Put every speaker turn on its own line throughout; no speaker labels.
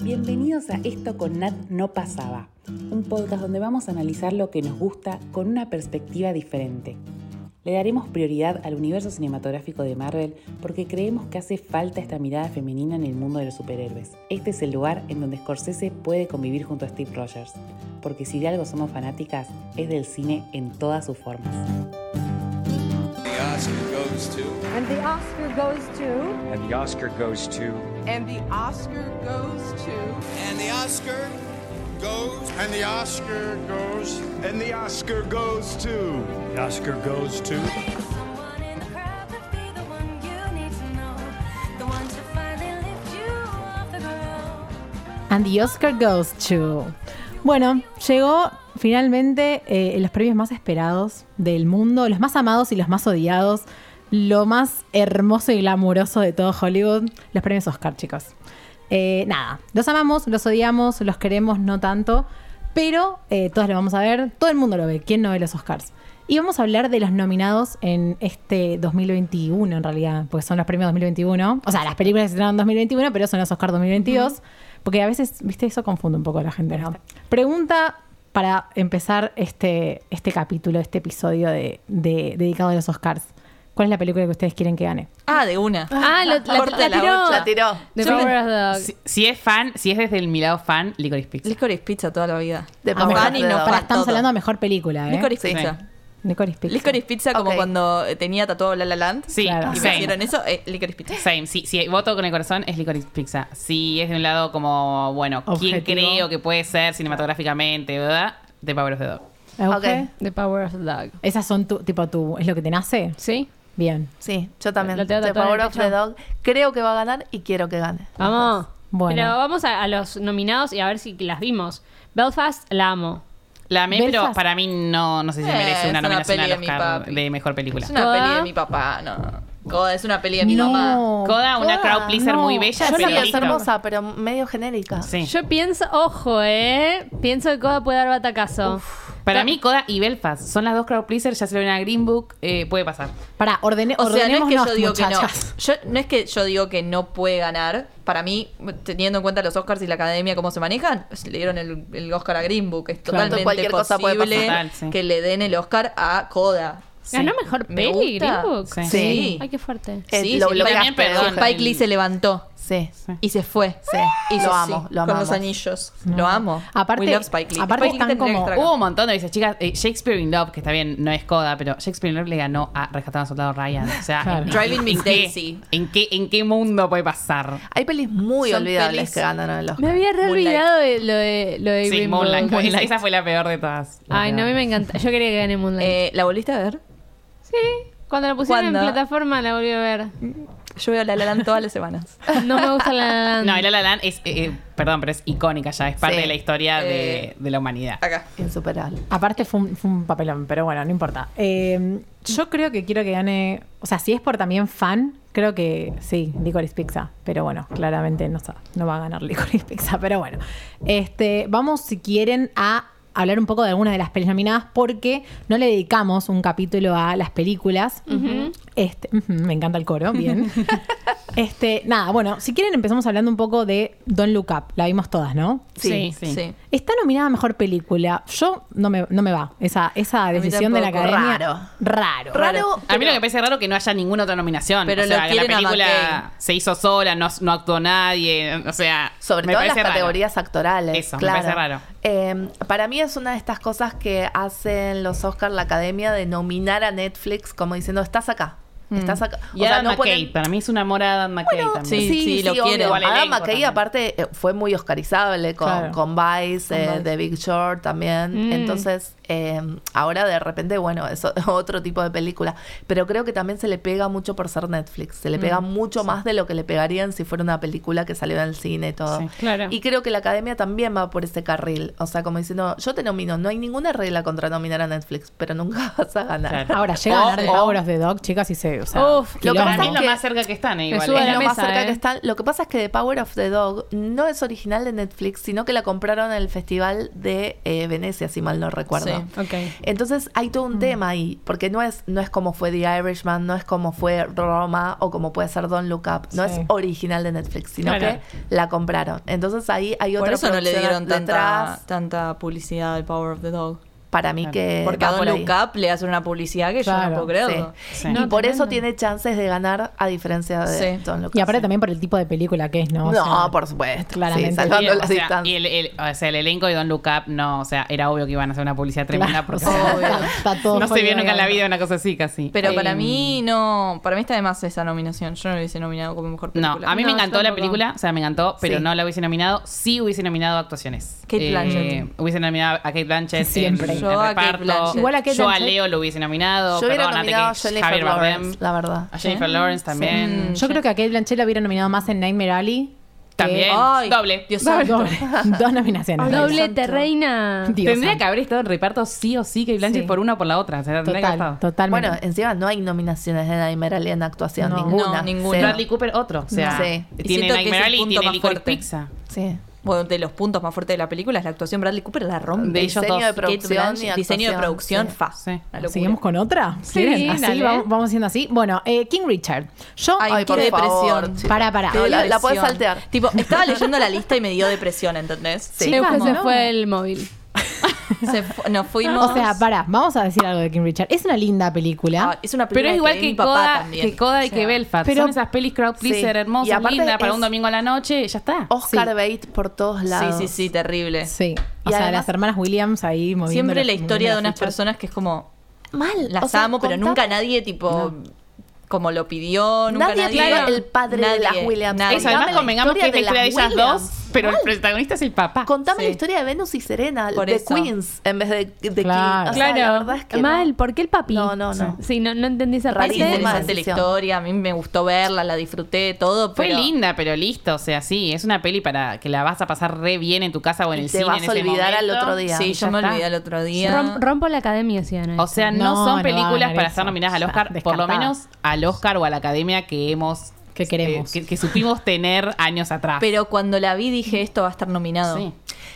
Bienvenidos a Esto con Nat No Pasaba, un podcast donde vamos a analizar lo que nos gusta con una perspectiva diferente. Le daremos prioridad al universo cinematográfico de Marvel porque creemos que hace falta esta mirada femenina en el mundo de los superhéroes. Este es el lugar en donde Scorsese puede convivir junto a Steve Rogers, porque si de algo somos fanáticas es del cine en todas sus formas.
The Oscar goes to.
And the Oscar goes to.
And the Oscar goes to.
And the Oscar goes to.
And the Oscar goes. And the Oscar goes. And the Oscar goes to.
The Oscar goes to.
Someone in the crowd could be the one you need to know, the one to finally lift you off the ground.
And the Oscar goes to. Bueno, llegó finalmente eh, los premios más esperados del mundo, los más amados y los más odiados, lo más hermoso y glamuroso de todo Hollywood, los premios Oscar, chicos. Eh, nada, los amamos, los odiamos, los queremos, no tanto, pero eh, todos lo vamos a ver, todo el mundo lo ve, ¿quién no ve los Oscars? Y vamos a hablar de los nominados en este 2021, en realidad, porque son los premios 2021. O sea, las películas que se estrenaron en 2021, pero son los Oscars 2022. Porque a veces, viste, eso confunde un poco a la gente, ¿no? Pregunta para empezar este, este capítulo, este episodio de, de- dedicado a los Oscars. ¿Cuál es la película que ustedes quieren que gane?
Ah, de una.
Ah, lo- la,
Corta
la
la
tiró.
bocha. La tiró.
The
Yo
Power
me-
of the Dog.
Si, si es fan, si es desde el, mi lado fan, Licorice Pizza.
Licorice Pizza toda la vida.
De
Ah,
Power
fan
of
y
the
no
Dog.
fan,
Ahora estamos
todo.
hablando de mejor película, ¿eh?
Licorice
Sí.
Pizza.
Licorice Pizza.
Licorice Pizza como
Ok.
cuando eh, tenía tatuado La La Land.
Sí,
Claro.
Y me
same.
hicieron eso, eh, Licorice Pizza.
Same. Si, si voto con el corazón, es Licorice Pizza. Si es de un lado como, bueno, ¿quién
Objetivo.
creo que puede ser cinematográficamente, verdad? De Power of the Dog.
Auge.
Ok, The Power of the Dog.
Esas son tu, tipo tu, ¿es lo que te nace?
¿Sí?
Bien.
Sí.
Yo también.
Lo tengo
The
tatuado en
Power
el
of the
pecho.
Dog. Creo que va a ganar y quiero que gane.
Vamos.
Bueno.
Pero vamos a, a los nominados y a ver si las vimos. Belfast, la amo.
La amé,
Belfast.
pero para mí no, no sé si
Eh,
merece una
es una
nominación
peli
al
de mi
Oscar
papi.
de mejor película.
Es una
Coda.
peli de mi papá, no. Coda, es una peli de mi mamá.
Coda,
Ah,
una
Coda,
crowd pleaser muy bella,
Yo la
pero
pienso
listo.
hermosa, pero medio genérica.
Sí.
Yo pienso, ojo, ¿eh? Pienso que Coda puede dar batacazo.
Para mí, Coda y Belfast son las dos crowd pleasers. Ya se lo ven a Green Book. eh, puede pasar.
Para, ordene,
O sea, no es que yo
ordenémonos,
digo
muchachas.
que no. Yo, no es que yo digo que no puede ganar. Para mí, teniendo en cuenta los Oscars y la academia, cómo se manejan, le dieron el, el Oscar a Green Book. Es
Claro.
totalmente
Cualquier cosa puede
posible
pasar. Total, sí.
que le den el Oscar a Coda.
Ganó mejor
Me
peli,
gusta.
Green Book.
Sí.
Sí.
Ay, qué fuerte.
Eh,
Sí,
lo
sí,
bloqueaste,
también, perdón.
Eugen.
Spike Lee se levantó.
Sí.
Y se fue.
Sí.
Hizo
Lo
así,
amo, lo
Con
amamos.
los anillos. Lo amo.
Aparte-
We love Spike Lee.
aparte
Spike Lee
están
tendría que
como-
estar acá.
¡Oh!
Hubo un montón de veces, chicas. eh, Shakespeare in Love, que está bien, no es coda, pero Shakespeare in Love le ganó a Rescatando al Soldado Ryan. O sea,
Claro.
¿en-
Driving Miss
en qué-
Daisy.
¿en qué, ¿En qué mundo puede pasar?
Hay pelis muy
Son
olvidables
pelis-
que ganaron el Oscar.
Me había re
Moonlight.
olvidado de lo de, lo de
Sí,
Green
Moonlight.
Book.
Esa- Esa fue la peor de todas. La
Ay, no, a
peor.
mí me encanta. Yo quería que gane Moonlight.
Eh, ¿La volviste a ver?
sí, cuando la pusieron en
¿cuándo?
plataforma la volví a ver.
Yo veo La La Land todas las semanas.
No me gusta la la Land.
No, el La La Land es, eh, eh, perdón, pero es icónica ya, es parte
Sí.
de la historia de,
Eh,
de la humanidad.
Acá.
Insuperable.
Aparte fue un, fue un papelón, pero bueno, no importa. Eh, yo creo que quiero que gane. O sea, si es por también fan, creo que sí, Licorice Pizza. Pero bueno, claramente no, sa- no va a ganar Licorice Pizza. Pero bueno. Este, vamos, si quieren, a hablar un poco de algunas de las pelis nominadas, porque no le dedicamos un capítulo a las películas. Este, ujú, me encanta el coro, bien. este, nada, bueno, si quieren empezamos hablando un poco de Don't Look Up. La vimos todas, ¿no?
Sí, sí.
Sí.
Está nominada a mejor película. Yo no me, no me va. Esa, esa decisión de la
tampoco.
academia.
Raro.
Raro.
Raro.
A mí lo que me parece raro es que no haya ninguna otra nominación.
Pero
o sea,
lo
que la
quieren a
película
McKay.
se hizo sola, no, no actuó nadie. O sea,
Sobre
me
todo en las
parece raro.
categorías actorales.
Eso, me
claro.
parece raro.
Eh, para mí es una de estas cosas que hacen los Oscars, la academia, de nominar a Netflix como diciendo, estás acá. Estás acá.
Mm. Y Adam
no
McKay,
ponen-
para mí es una morada Adam McKay también.
sí, sí, lo
obvio.
quiero.
Igual
Adam
elenco
McKay,
también.
aparte, eh, fue muy oscarizable con,
Claro.
con Vice, eh,
Vice.
de Big Short también.
Mm.
Entonces, eh, ahora de repente, bueno, es o- otro tipo de película. Pero creo que también se le pega mucho por ser Netflix. Se le pega mucho más de lo que le pegarían si fuera una película que salió en el cine y todo.
Sí,
claro.
Y creo que la academia también va por ese carril. O sea, como diciendo, yo te nomino. No hay ninguna regla contra nominar a Netflix, pero nunca vas a ganar.
Claro.
Ahora llega a ganar de Power of the Dog, chicas, y se. O sea,
Uf,
Lo que
quilombo.
pasa es lo
que-
más cerca que están, eh,
Me
igual.
subo a
Es
la
lo
lo más
mesa,
cerca
¿eh?
que están. Lo que pasa es que The Power of the Dog no es original de Netflix, sino que la compraron en el Festival de eh, Venecia, si mal no recuerdo.
Sí.
bueno.
ok.
Entonces hay todo un tema ahí, porque no es, no es como fue The Irishman, no es como fue Roma o como puede ser Don't Look Up, no
Sí.
es original de Netflix, sino
Claro.
que la compraron. Entonces ahí hay otra
Por eso no le
producción
dieron tanta,
detrás,
tanta publicidad al Power of the Dog.
para mí que
Porque
Eh, va
a Don
por ahí.
Look Up le hacen una publicidad que yo
Claro,
no puedo creerlo.
Sí.
Sí.
Y
No,
por eso
tremendo.
tiene chances de ganar a diferencia de
Sí.
Don't Look
Y
Up.
aparte también por el tipo de película que es, ¿no?
No,
O sea,
por supuesto.
claramente.
Sí, salvando
Y,
las
o sea,
distancias.
y el, el- o sea, el elenco de Don Look Up, no, o sea, era obvio que iban a hacer una publicidad tremenda
claro,
porque
o sea,
obvio.
está, está todo
no se vio
jodido
nunca en la
ahí.
vida una cosa así casi.
Pero
Eh,
Em,
para mí no, para mí está de más esa nominación. Yo no lo hubiese nominado como mejor
No,
película.
a mí me
No,
encantó
yo
la
tampoco.
película, o sea, me encantó, pero
Sí.
no la hubiese nominado. Sí hubiese nominado actuaciones.
Kate Blanchett.
Hubiese nominado a Kate Blanchett.
Siempre.
en
Yo
eh, el
a Kate
reparto. eh,
Blanchett.
Igual a Kate
Yo a
Blanchett.
Leo lo hubiese nominado.
Yo hubiera
perdón, antes
nominado a
que
Jennifer
Javier Bardem.
Lawrence, la verdad.
A Jennifer Lawrence
Em,
también.
Yo creo que a Kate Blanchett la hubiera nominado más en Nightmare Alley. que-
También.
Ay,
Doble.
Dios
Doble.
santo.
Dos nominaciones.
Doblete,
santo.
reina.
Dios
Tendría
santo.
que haber estado en reparto sí o sí Kate Blanchett
Sí.
por una o por la otra. O sea, tendría que haber
Total,
estado.
totalmente.
Bueno, encima no hay nominaciones de Nightmare Alley en actuación,
No.
ninguna.
No, ninguna.
Cero.
Bradley Cooper otro. O sea,
No. Sí.
Y
tiene
siento que es el
Nightmare Alley,
punto
tiene
más
Licorice
fuerte.
Pizza.
Sí.
Bueno, de los puntos más fuertes de la película es la actuación. Bradley Cooper la rompe.
De ellos
diseño
dos.
de
Kate
producción
Blanchett,
y
diseño de
actuación,
producción,
sí.
fa.
Sí.
Una locura.
¿Seguimos con otra?
Sí,
¿Quieren? Así,
dale.
vamos, vamos haciendo así. Bueno, eh, King Richard. Yo
Ay,
Ay,
qué
por favor,
depresión.
chica.
Pará, pará.
Qué
No, la- la podés
depresión.
saltear.
Tipo, estaba leyendo la lista y me dio depresión, ¿entendés?
Sí.
Creo que
Vamos,
se
no.
fue el móvil.
Se fu- nos fuimos.
O sea, pará, vamos a decir algo de King Richard. Es una linda película.
Ah, es una
Pero
película
es igual
que,
que,
mi papá
Coda,
también.
que Coda y
O sea,
que Belfast.
Pero-
Son esas pelis crowd pleaser
Sí. Y
hermosas,
aparte
lindas, para
es-
un domingo a la noche, ya está.
Oscar Bate por todos lados.
Sí, sí, sí, terrible.
sí. O
Y
sea,
además-
las hermanas Williams ahí moviendo.
Siempre
las-
la historia de
moviendo
unas
las fichas.
personas que es como,
Mal.
las
O sea,
amo, pero
contá-
nunca nadie, tipo, como lo pidió, nunca
Nadie
nadie.
pidió el padre de las Williams.
nadie.
Eso,
Eso, además
Contame la
convengamos que
historia
es la
de
historia de
las
ellas
Williams.
dos, pero el protagonista es el papá.
Contame
Sí.
la historia de Venus y Serena,
Por
de
eso.
Queens, en vez de, de
Claro.
King. O sea, la
Claro.
verdad es que no.
Mal, ¿por qué el papi?
No, no, no.
Sí, no, no entendí esa
Es
Rarísimo.
parte. Este,
interesante la
decisión.
historia, a mí me gustó verla, la disfruté, todo.
Fue
pero-
linda, pero listo, o sea, sí, es una peli para que la vas a pasar re bien en tu casa o en
Y
el
te
cine
vas
en
a
ese
olvidar al
momento.
otro día.
Sí, yo
Ya
me
está.
olvidé el otro día.
Rom- rompo la academia, decían.
O sea, no,
No,
son
no va a
películas
ganar
para
eso.
ser nominadas al
Ya,
Oscar, por lo
descartada.
menos al Oscar o a la academia que hemos
Que queremos.
eh, que, que supimos tener años atrás.
Pero cuando la vi dije, esto va a estar nominado.
Sí.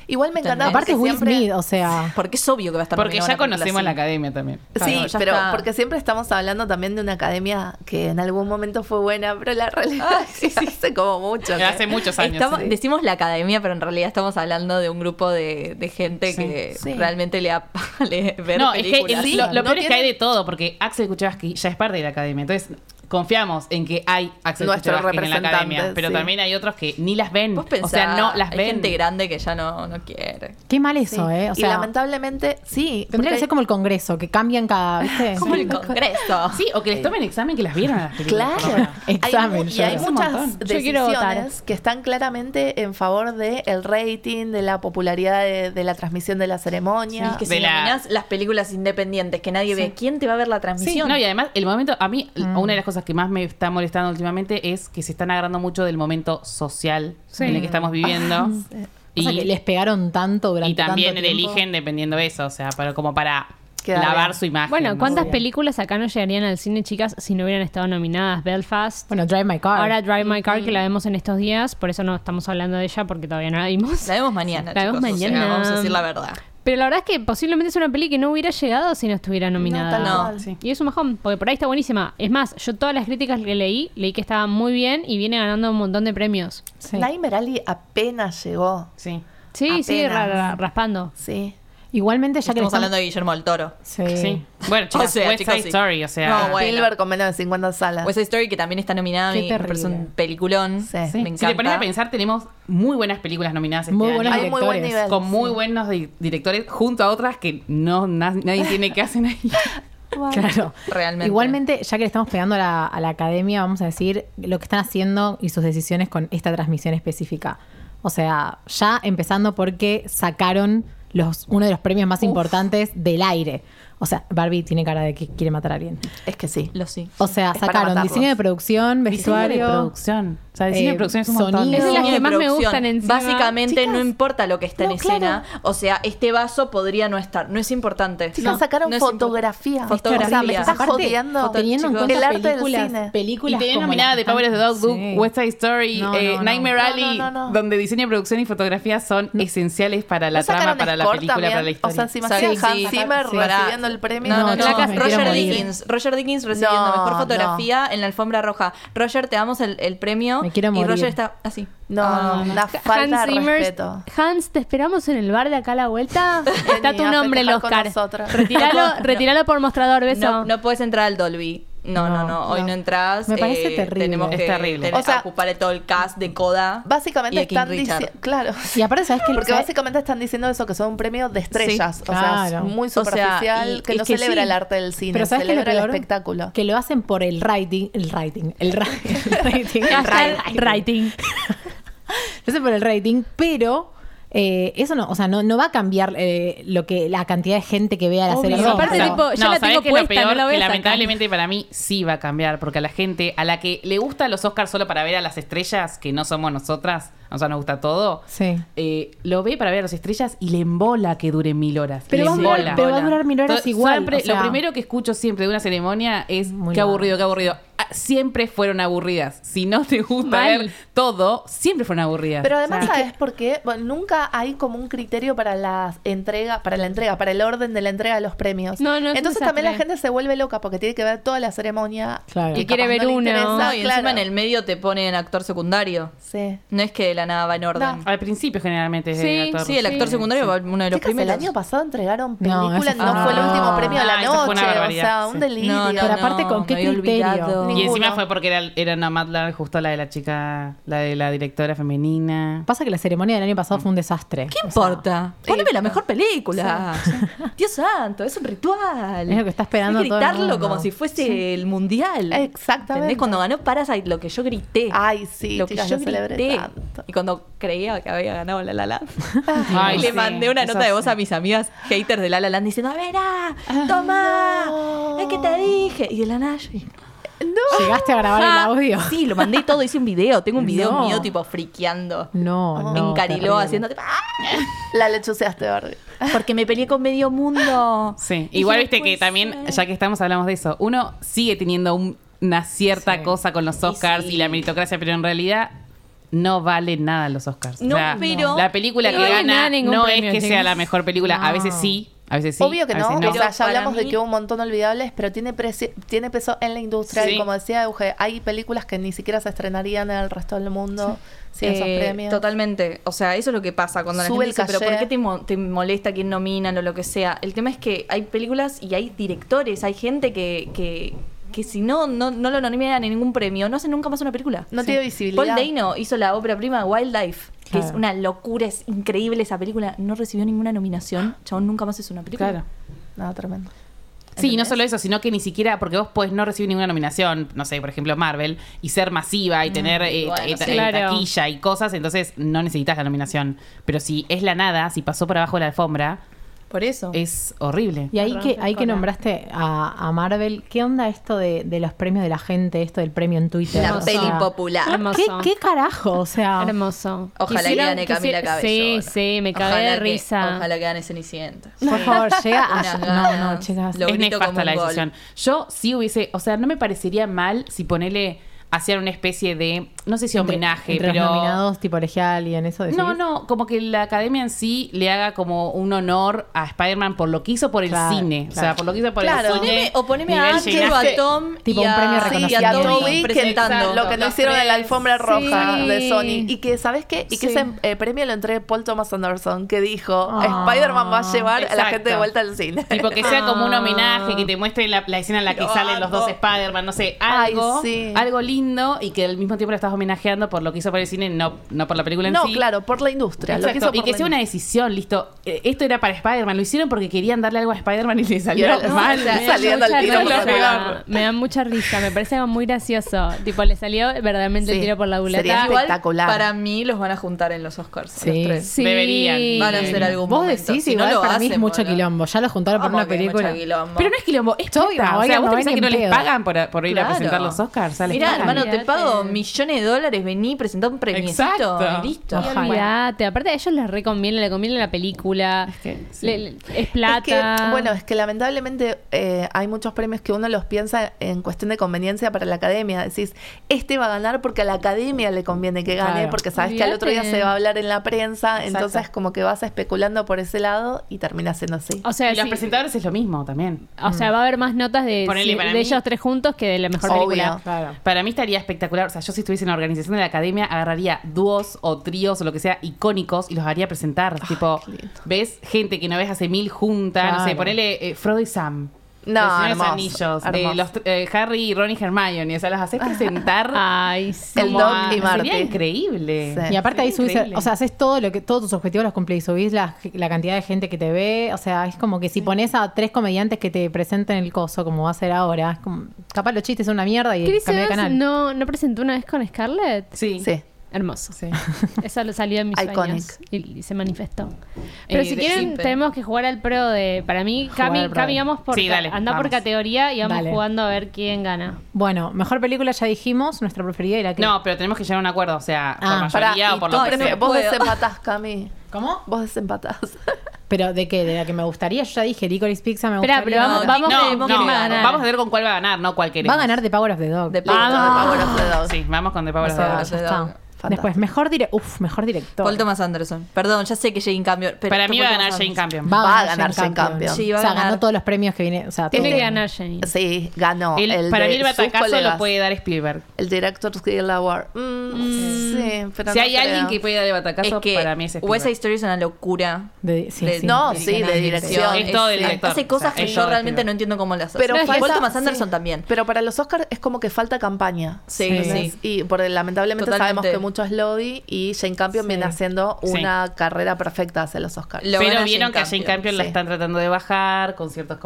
Igual me encantaba.
Aparte es
porque
Will
siempre-
Smith, o sea.
Porque es obvio que va a estar
Porque
nominado
ya
una película
conocemos la
así.
academia también.
Sí,
Claro, ya
pero
está.
porque siempre estamos hablando también de una academia que en algún momento fue buena, pero la realidad es que hace como mucho. que-
Hace muchos años.
Estamos-
sí.
Decimos la academia, pero en realidad estamos hablando de un grupo de, de gente
Sí.
que
Sí.
realmente le apale ver
no, es que
películas.
el-
Sí,
lo, lo
no
peor es que
tiene-
hay de todo, porque Axel Kuchevaski ya es parte de la academia. Entonces, confiamos en que hay Axel
Nuestros
Kuchevaski en la academia.
representantes,
Pero
sí.
también hay otros que ni las ven.
Vos pensás,
o sea, no las
hay
ven.
gente grande que ya no, no quiere.
Qué mal eso,
Sí.
¿eh? O
y
sea,
lamentablemente, sí.
tendría que
porque-
ser como el Congreso, que cambian cada. ¿Viste?
Como el congreso.
Sí, o que les tomen examen que las vieron a las películas. por lo
Claro.
menos.
Examen,
hay, mu- y
yo
hay
creo. Es un
muchas
montón.
Yo quiero votar.
decisiones que están claramente en favor del el rating, de la popularidad de, de la transmisión de la ceremonia.
Es que
De
si
la-
nominás las películas independientes que nadie ve, ¿quién te va a ver la transmisión?
Sí, no, y además el momento, a mí una de las cosas que más me está molestando últimamente es que se están agarrando mucho del momento social
Sí.
en el que estamos viviendo.
O sea, que les pegaron tanto durante
y también
tanto
le
tiempo.
eligen dependiendo de eso, o sea, para, como para
Quedar
lavar
bien.
su imagen.
Bueno,
¿no?
¿cuántas
Sí.
películas acá no llegarían al cine, chicas, si no hubieran estado nominadas? Belfast.
Bueno, Drive My Car.
Ahora Drive My
Mm.
Car, que la vemos en estos días, por eso no estamos hablando de ella, porque todavía no la vimos.
La vemos mañana.
La vemos
chicos, o sea,
mañana.
vamos a decir la verdad.
Pero la verdad es que posiblemente es una peli que no hubiera llegado si no estuviera nominada.
tal
No,
cual.
sí.
Y es un bajón, porque por ahí está buenísima. Es más, yo todas las críticas que leí, leí que estaba muy bien y viene ganando un montón de premios.
Sí.
Nightmare Alley apenas llegó.
Sí.
Sí, sí,
Apenas.
ra- ra- raspando.
Sí.
Igualmente, ya que le
Estamos hablando de Guillermo del Toro.
Sí.
Sí. Bueno, chicas,
O sea,
West
chicos,
Side
sí.
Story, o sea.
No, bueno.
Spielberg con menos de 50 salas.
West Side Story, que también está nominada, a
Qué
mí me parece
terrible.
un peliculón.
Sí.
Me
Sí.
encanta.
Si te pones a pensar, tenemos muy buenas películas nominadas este
Muy
año,
buenas
Hay muy buen
directores.
nivel.
con muy
sí.
buenos di- directores junto a otras que no na- nadie tiene que hacen ahí.
Claro.
Realmente.
Igualmente, ya que le estamos pegando a la, a la academia, vamos a decir lo que están haciendo y sus decisiones con esta transmisión específica. O sea, ya empezando porque sacaron los, uno de los premios más importantes del aire. O sea, Barbie tiene cara de que quiere matar a alguien.
Es que sí.
Lo sí.
O sea,
Es para
sacaron
matarlos.
diseño de
Diseño
producción,
de
vestuario,
producción. O sea, diseño
Eh,
de producción es un montón.
sonido.
Es de las
diseño
que
de
más me
producción.
gustan encima.
Básicamente
Chicas.
no importa lo que está en
No,
escena. O sea, este vaso podría no estar. No es importante.
Chicas, sacaron
no es
fotografía.
impor- Fotografía.
O sea, me estás
Aparte,
jodiendo.
Teniendo en
chicos.
cuenta
el arte
películas,
del cine.
películas
Y tenía
como
nominada
las
de Power of the Dog, Book, Sí. West Side Story,
No,
eh,
no, no.
Nightmare
No,
Alley,
no, no, no.
donde diseño, producción y fotografía son esenciales para la
¿No
trama,
sacaron
para la
Score
película,
también?
para la historia.
O sea, si me
Sí,
hacía
sí.
Hans Zimmer
Sí.
recibiendo el premio.
No, no,
No,
no.
chicas, me quiero
Roger
morir.
Dickens. Roger Dickens recibiendo
No,
mejor
no.
fotografía en la alfombra roja. Roger, te damos el, el premio.
Me quiero morir.
Y Roger está así.
No,
Ah.
no, una falta de
Zimmer,
respeto.
Hans, te esperamos en el bar de acá a la vuelta. Está
Vení
tu
a
nombre en los
festejar con
Oscar.
nosotras.
Retíralo, retíralo por mostrador, beso.
No, no puedes entrar al Dolby. No, no, no.
No,
Hoy
no.
no, entras. eh,
Me parece terrible.
Tenemos
Es
que
terrible.
tener-
O sea,
ocupar todo el cast de Coda. y
Básicamente
de King
están
Richard.
diciendo. Claro.
Y aparte, ¿sabes qué?
Porque
¿Sabes?
básicamente están diciendo eso, que son un premio de estrellas.
Sí,
o sea, es
claro.
muy
sea,
superficial,
y-
que
y
no
que
celebra
sí.
el arte del cine,
Pero ¿sabes qué es lo
celebra el
peor?
espectáculo.
Que lo hacen por el writing, el writing, el, ra- el rating.
Hashtag writing.
lo hacen por el rating, pero eh, eso no, o sea, no, no va a cambiar eh, lo que la cantidad de gente que vea la serie.
Obvio.
No,
Aparte,
o sea,
tipo, ya la
¿sabés
tengo
qué es
puesta, no la voy
que
a sacar?
lamentablemente para mí sí va a cambiar, porque a la gente, a la que le gusta los Oscars solo para ver a las estrellas, que no somos nosotras, o sea, nos gusta todo,
Sí.
eh, lo ve para ver a las estrellas y le embola que dure mil horas.
Pero
le
va a durar-
embola.
pero va a durar mil horas
To-
igual,
siempre-
o sea.
lo primero que escucho siempre de una ceremonia es
Muy
qué
largo.
aburrido, qué aburrido. Ah, siempre fueron aburridas. Si no te gusta
Mal.
ver todo, siempre fueron aburridas.
Pero además,
O sea,
¿sabes por qué? Bueno, nunca hay como un criterio para las entrega, para la entrega, para el orden de la entrega de los premios.
No, no, es un
Entonces también la
desastre.
gente se vuelve loca porque tiene que ver toda la ceremonia.
Claro.
Y
Que
capaz
quiere ver
no le
uno.
interesa,
No, y
claro.
encima en el medio te ponen actor secundario.
Sí.
No es que de la nada va en orden.
al principio generalmente es
Sí,
actor.
Sí, el actor
Sí.
secundario va uno de los
Chicas, el
primeros.
año pasado entregaron
No,
películas,
eso
no,
fue-
fue el
Ah.
último premio de la
Ah, eso fue una
noche. O sea,
barbaridad,
un
sí.
delirio.
No, no,
Pero aparte,
no,
¿con qué
me había
criterio?
olvidado.
Y
Ninguno.
encima fue porque era, era Nomadland, justo la de la chica, la de la directora femenina.
Pasa que la ceremonia del año pasado fue un desastre.
¿Qué importa? Poneme la mejor película. Dios santo, es un ritual.
Es lo que está esperando
Hay que
todo el
gritarlo
mundo.
como si fuese el mundial.
Exactamente.
¿Entendés? Cuando ganó Parasite, lo que yo grité.
Ay, sí,
lo
chicas,
que yo
lo celebré
grité.
tanto.
Y cuando creía que había ganado La La Land,
Ay,
le
sí,
mandé una
eso
nota de voz
sí.
a mis amigas haters de La La Land diciendo, a ver, ah, toma, es que te dije. Y de la nada yo dije,
¿Llegaste a grabar
"Ah".
el audio?
Sí, lo mandé y todo, hice un video. Tengo un video
No.
mío tipo friqueando.
No,
Oh,
no.
Me encariló
terrible.
haciendo tipo, "Ah".
La lechuceaste, Barbie.
Porque me peleé con medio mundo.
Sí,
Y
igual
dije,
viste
"No
que
puede
también,
ser".
ya que estamos hablamos de eso, uno sigue teniendo un- una cierta cosa con los Oscars y,
sí.
la meritocracia, pero en realidad no vale nada los Oscars.
No, pero-
la película
No
que
vale nada
gana
ningún
no
premio,
es que sea
chicas.
la mejor película, a veces
No.
sí, a veces sí.
Obvio que
a veces
no, o sea, ya
Pero
hablamos
para
de
mí-
que hubo un montón de olvidables, pero tiene, preci- tiene peso en la industria.
Sí.
Y como decía Euge, hay películas que ni siquiera se estrenarían en el resto del mundo sin esos
Eh,
premios.
Totalmente. O sea, eso es lo que pasa cuando la
Sube
gente
el
dice, pero
caché".
¿por qué te, mo- te molesta quién nominan o lo que sea? El tema es que hay películas y hay directores, hay gente que, que, que si no, no, no lo nominan en ningún premio, no hacen nunca más una película.
No tiene visibilidad.
Paul Dano hizo la obra prima Wildlife, que es
Claro.
una locura, es increíble esa película. No recibió ninguna nominación. Chabón nunca más hizo una película.
Claro.
No, tremendo.
Sí, y no solo eso, sino que ni siquiera, porque vos podés no recibir ninguna nominación, no sé, por ejemplo, Marvel, y ser masiva y tener eh,
bueno,
eh, ta-
sí.
eh,
Claro.
taquilla y cosas, entonces no necesitas la nominación. Pero si es la nada, si pasó por abajo de la alfombra,
Por eso.
Eh,
es horrible.
Y ahí que,
Rompen
ahí que
cola.
nombraste a, a Marvel, ¿qué onda esto de, de los premios de la gente, esto del premio en Twitter?
La
O sea,
peli popular.
Hermoso.
¿Qué, qué carajo? O sea,
Hermoso.
Ojalá que
Quisieron-
gane Camila
quisi-
Cabello.
Sí, sí, me cagué
Ojalá
de
que-
risa.
Ojalá que gane Cenicienta.
por favor, llega a...
Unas
No, no,
ganas.
chicas.
Lo
es
grito como
nefasta
un
la
gol.
decisión. Yo sí hubiese, o sea, no me parecería mal si ponele, hacían una especie de, no sé si
Entre-
homenaje,
entre
pero...
los nominados, tipo y en eso decís.
No, no, como que la academia en sí le haga como un honor a Spider-Man por lo que hizo por el
Claro,
cine. O
claro.
sea, por lo que hizo por
Claro.
el cine.
Poneme- o poneme a
nivel
Ángel o a
llenaste-
Tom
Tipo
y
un
a,
premio
sí,
Sí,
reconocido.
y a Toby, que
presentando.
lo que no
Los
hicieron en la
tres.
alfombra roja
Sí.
de Sony. Y que, ¿sabes qué? Y que
Sí.
ese eh, premio lo entregue Paul Thomas Anderson, que dijo,
Ah.
Spider-Man va a llevar a la
Exacto.
gente de vuelta al cine.
Tipo que sea como un
Ah.
homenaje, que te muestre la, la escena en la que
Lo
salen los
amo.
dos Spider-Man, no sé,
Ay,
algo,
sí.
algo lindo y que al mismo tiempo lo estás homenajeando por lo que hizo por el cine, no, no por la película en
no,
sí.
claro, por la industria. lo que
Exacto,
hizo
y
por
que
la
sea una decisión, listo. eh, Esto era para Spider-Man, lo hicieron porque querían darle algo a Spider-Man y le salió
ahora-
mal.
no,
Me da
Saliendo al
mucha
tiro por
risa.
la culata.
Me da mucha risa, me parece algo muy gracioso. Tipo, le salió verdaderamente el
Sí,
tiro por la
sería
culata.
Igual, espectacular.
Para mí los van a juntar en los Oscars. a
Sí.
Los tres.
Sí.
Deberían.
Van a hacer
Deberían.
algún
Vos
momento.
decís,
Si no
igual
lo
para mí es
hacen,
mucho
boludo.
quilombo. Ya lo juntaron por
Vamos
una
que mucho
película.
quilombo.
Pero no es quilombo, es
Chota,
plata. O sea,
oigan,
vos
no
pensás
ven
que no
en
les
pedo.
pagan por, por ir a
Claro.
presentar los Oscars. O sea, les
Mirá,
pagan.
hermano, te
Olvídate.
pago millones de dólares, vení, presentá un premio.
Exacto.
Y listo.
Y olvídate. Aparte a ellos les reconviene, le conviene la película. Le- le- Es, plata.
que, bueno, es que lamentablemente eh, hay muchos premios que uno los piensa en cuestión de conveniencia para la academia. Decís, este va a ganar porque a la academia le conviene que gane,
Claro.
porque sabes que al otro día
Olvídate.
se va a hablar en la prensa,
Exacto.
entonces como que vas especulando por ese lado y termina siendo así.
O sea,
y los
sí.
presentadores es lo mismo también.
O sea, va a haber más notas de,
Ponele,
si-
para
de
mí-
ellos tres juntos que de la mejor
Obvio.
película.
Para mí estaría espectacular. O sea, yo si estuviese en la organización de la academia, agarraría dúos o tríos o lo que sea icónicos y los haría presentar. tipo, ves gente que no ves hace mil juntas. No sé,
Claro.
ponele eh, Frodo y Sam.
No,
Los Señores
hermoso,
anillos. eh,
hermoso.
los tr- eh, Harry y Ron y Hermione. O sea, los haces presentar.
Ay,
El Doc y
Sería
Marty.
increíble.
Y aparte ahí subís,
Sería
o sea, haces todo lo que, todos tus objetivos los cumplís, subís la, la cantidad de gente que te ve, o sea, es como que si pones a tres comediantes que te presenten el coso, como va a ser ahora, es como, capaz los chistes son una mierda y
Chris
cambié de
Evans
canal.
no, no presentó una vez con Scarlett.
Sí.
Hermoso. Eso lo salió en mis
Iconic.
sueños y, y se manifestó. Pero
Eh,
si
de-
quieren,
sí, pero-
tenemos que jugar al pro de. Para mí,
Jugar al
Cami,
pro
Cami,
de-
vamos por.
Sí,
ca-
dale,
anda por
vamos.
categoría y vamos
Dale.
jugando a ver quién gana.
Bueno, mejor película ya dijimos, nuestra preferida y la que...
No, pero tenemos que llegar a un acuerdo. O sea, por
Ah,
mayoría
pará,
o
y
por lo
tú
que
prefieres-
sea.
vos
Vos
Puedo.
desempatás, Cami.
¿Cómo?
Vos desempatás.
¿Pero de qué? ¿De la que me gustaría? Yo ya dije, Licorice Pizza me
Esperá,
gustaría.
pero vamos- vamos
No,
de-
no,
quién va a ganar.
vamos a ver con cuál va a ganar, no cuál queremos.
Va a ganar The Power of the Dog.
Sí, vamos con The
O
Power of the
sea,
Dog.
ya está. Después, mejor, dire Uf, mejor director.
Paul Thomas Anderson. Perdón, ya sé que Jane Campion. pero-
Para mí va a
Paul
ganar
Thomas
Jane
Anderson.
Campion.
Va,
Va
a ganar Ah, Jane Campion.
Sí, va a
o sea,
ganar.
ganó todos los premios que viene. O sea,
Tiene
este,
todo.
que ganar
Jane.
Sí, ganó.
El-
el
para
de
mí el
sus
batacazo lo
colegas.
puede dar Spielberg.
El Director's Guild Award. Mm, Sí, pero
si
no
hay
creo.
alguien que puede dar el batacazo,
Es que
para mí es Spielberg.
West Side Story es una locura.
De- sí,
de-
sí.
No, sí, de dirección.
Es
Es
todo
todo
del
del director.
Hace cosas
O sea,
que
es
yo
todo
realmente
del
no entiendo cómo las hace.
Pero
Paul
falta-
Thomas
sí.
Anderson también.
Pero para los Oscars es como que falta campaña.
Sí,
¿Entendés?
sí.
Y por, lamentablemente
Totalmente.
sabemos que mucho es lobby y Jane Campion viene haciendo
Sí.
una carrera perfecta hacia los Oscars.
Pero vieron que a Jane Campion la
Sí.
están tratando de bajar con ciertos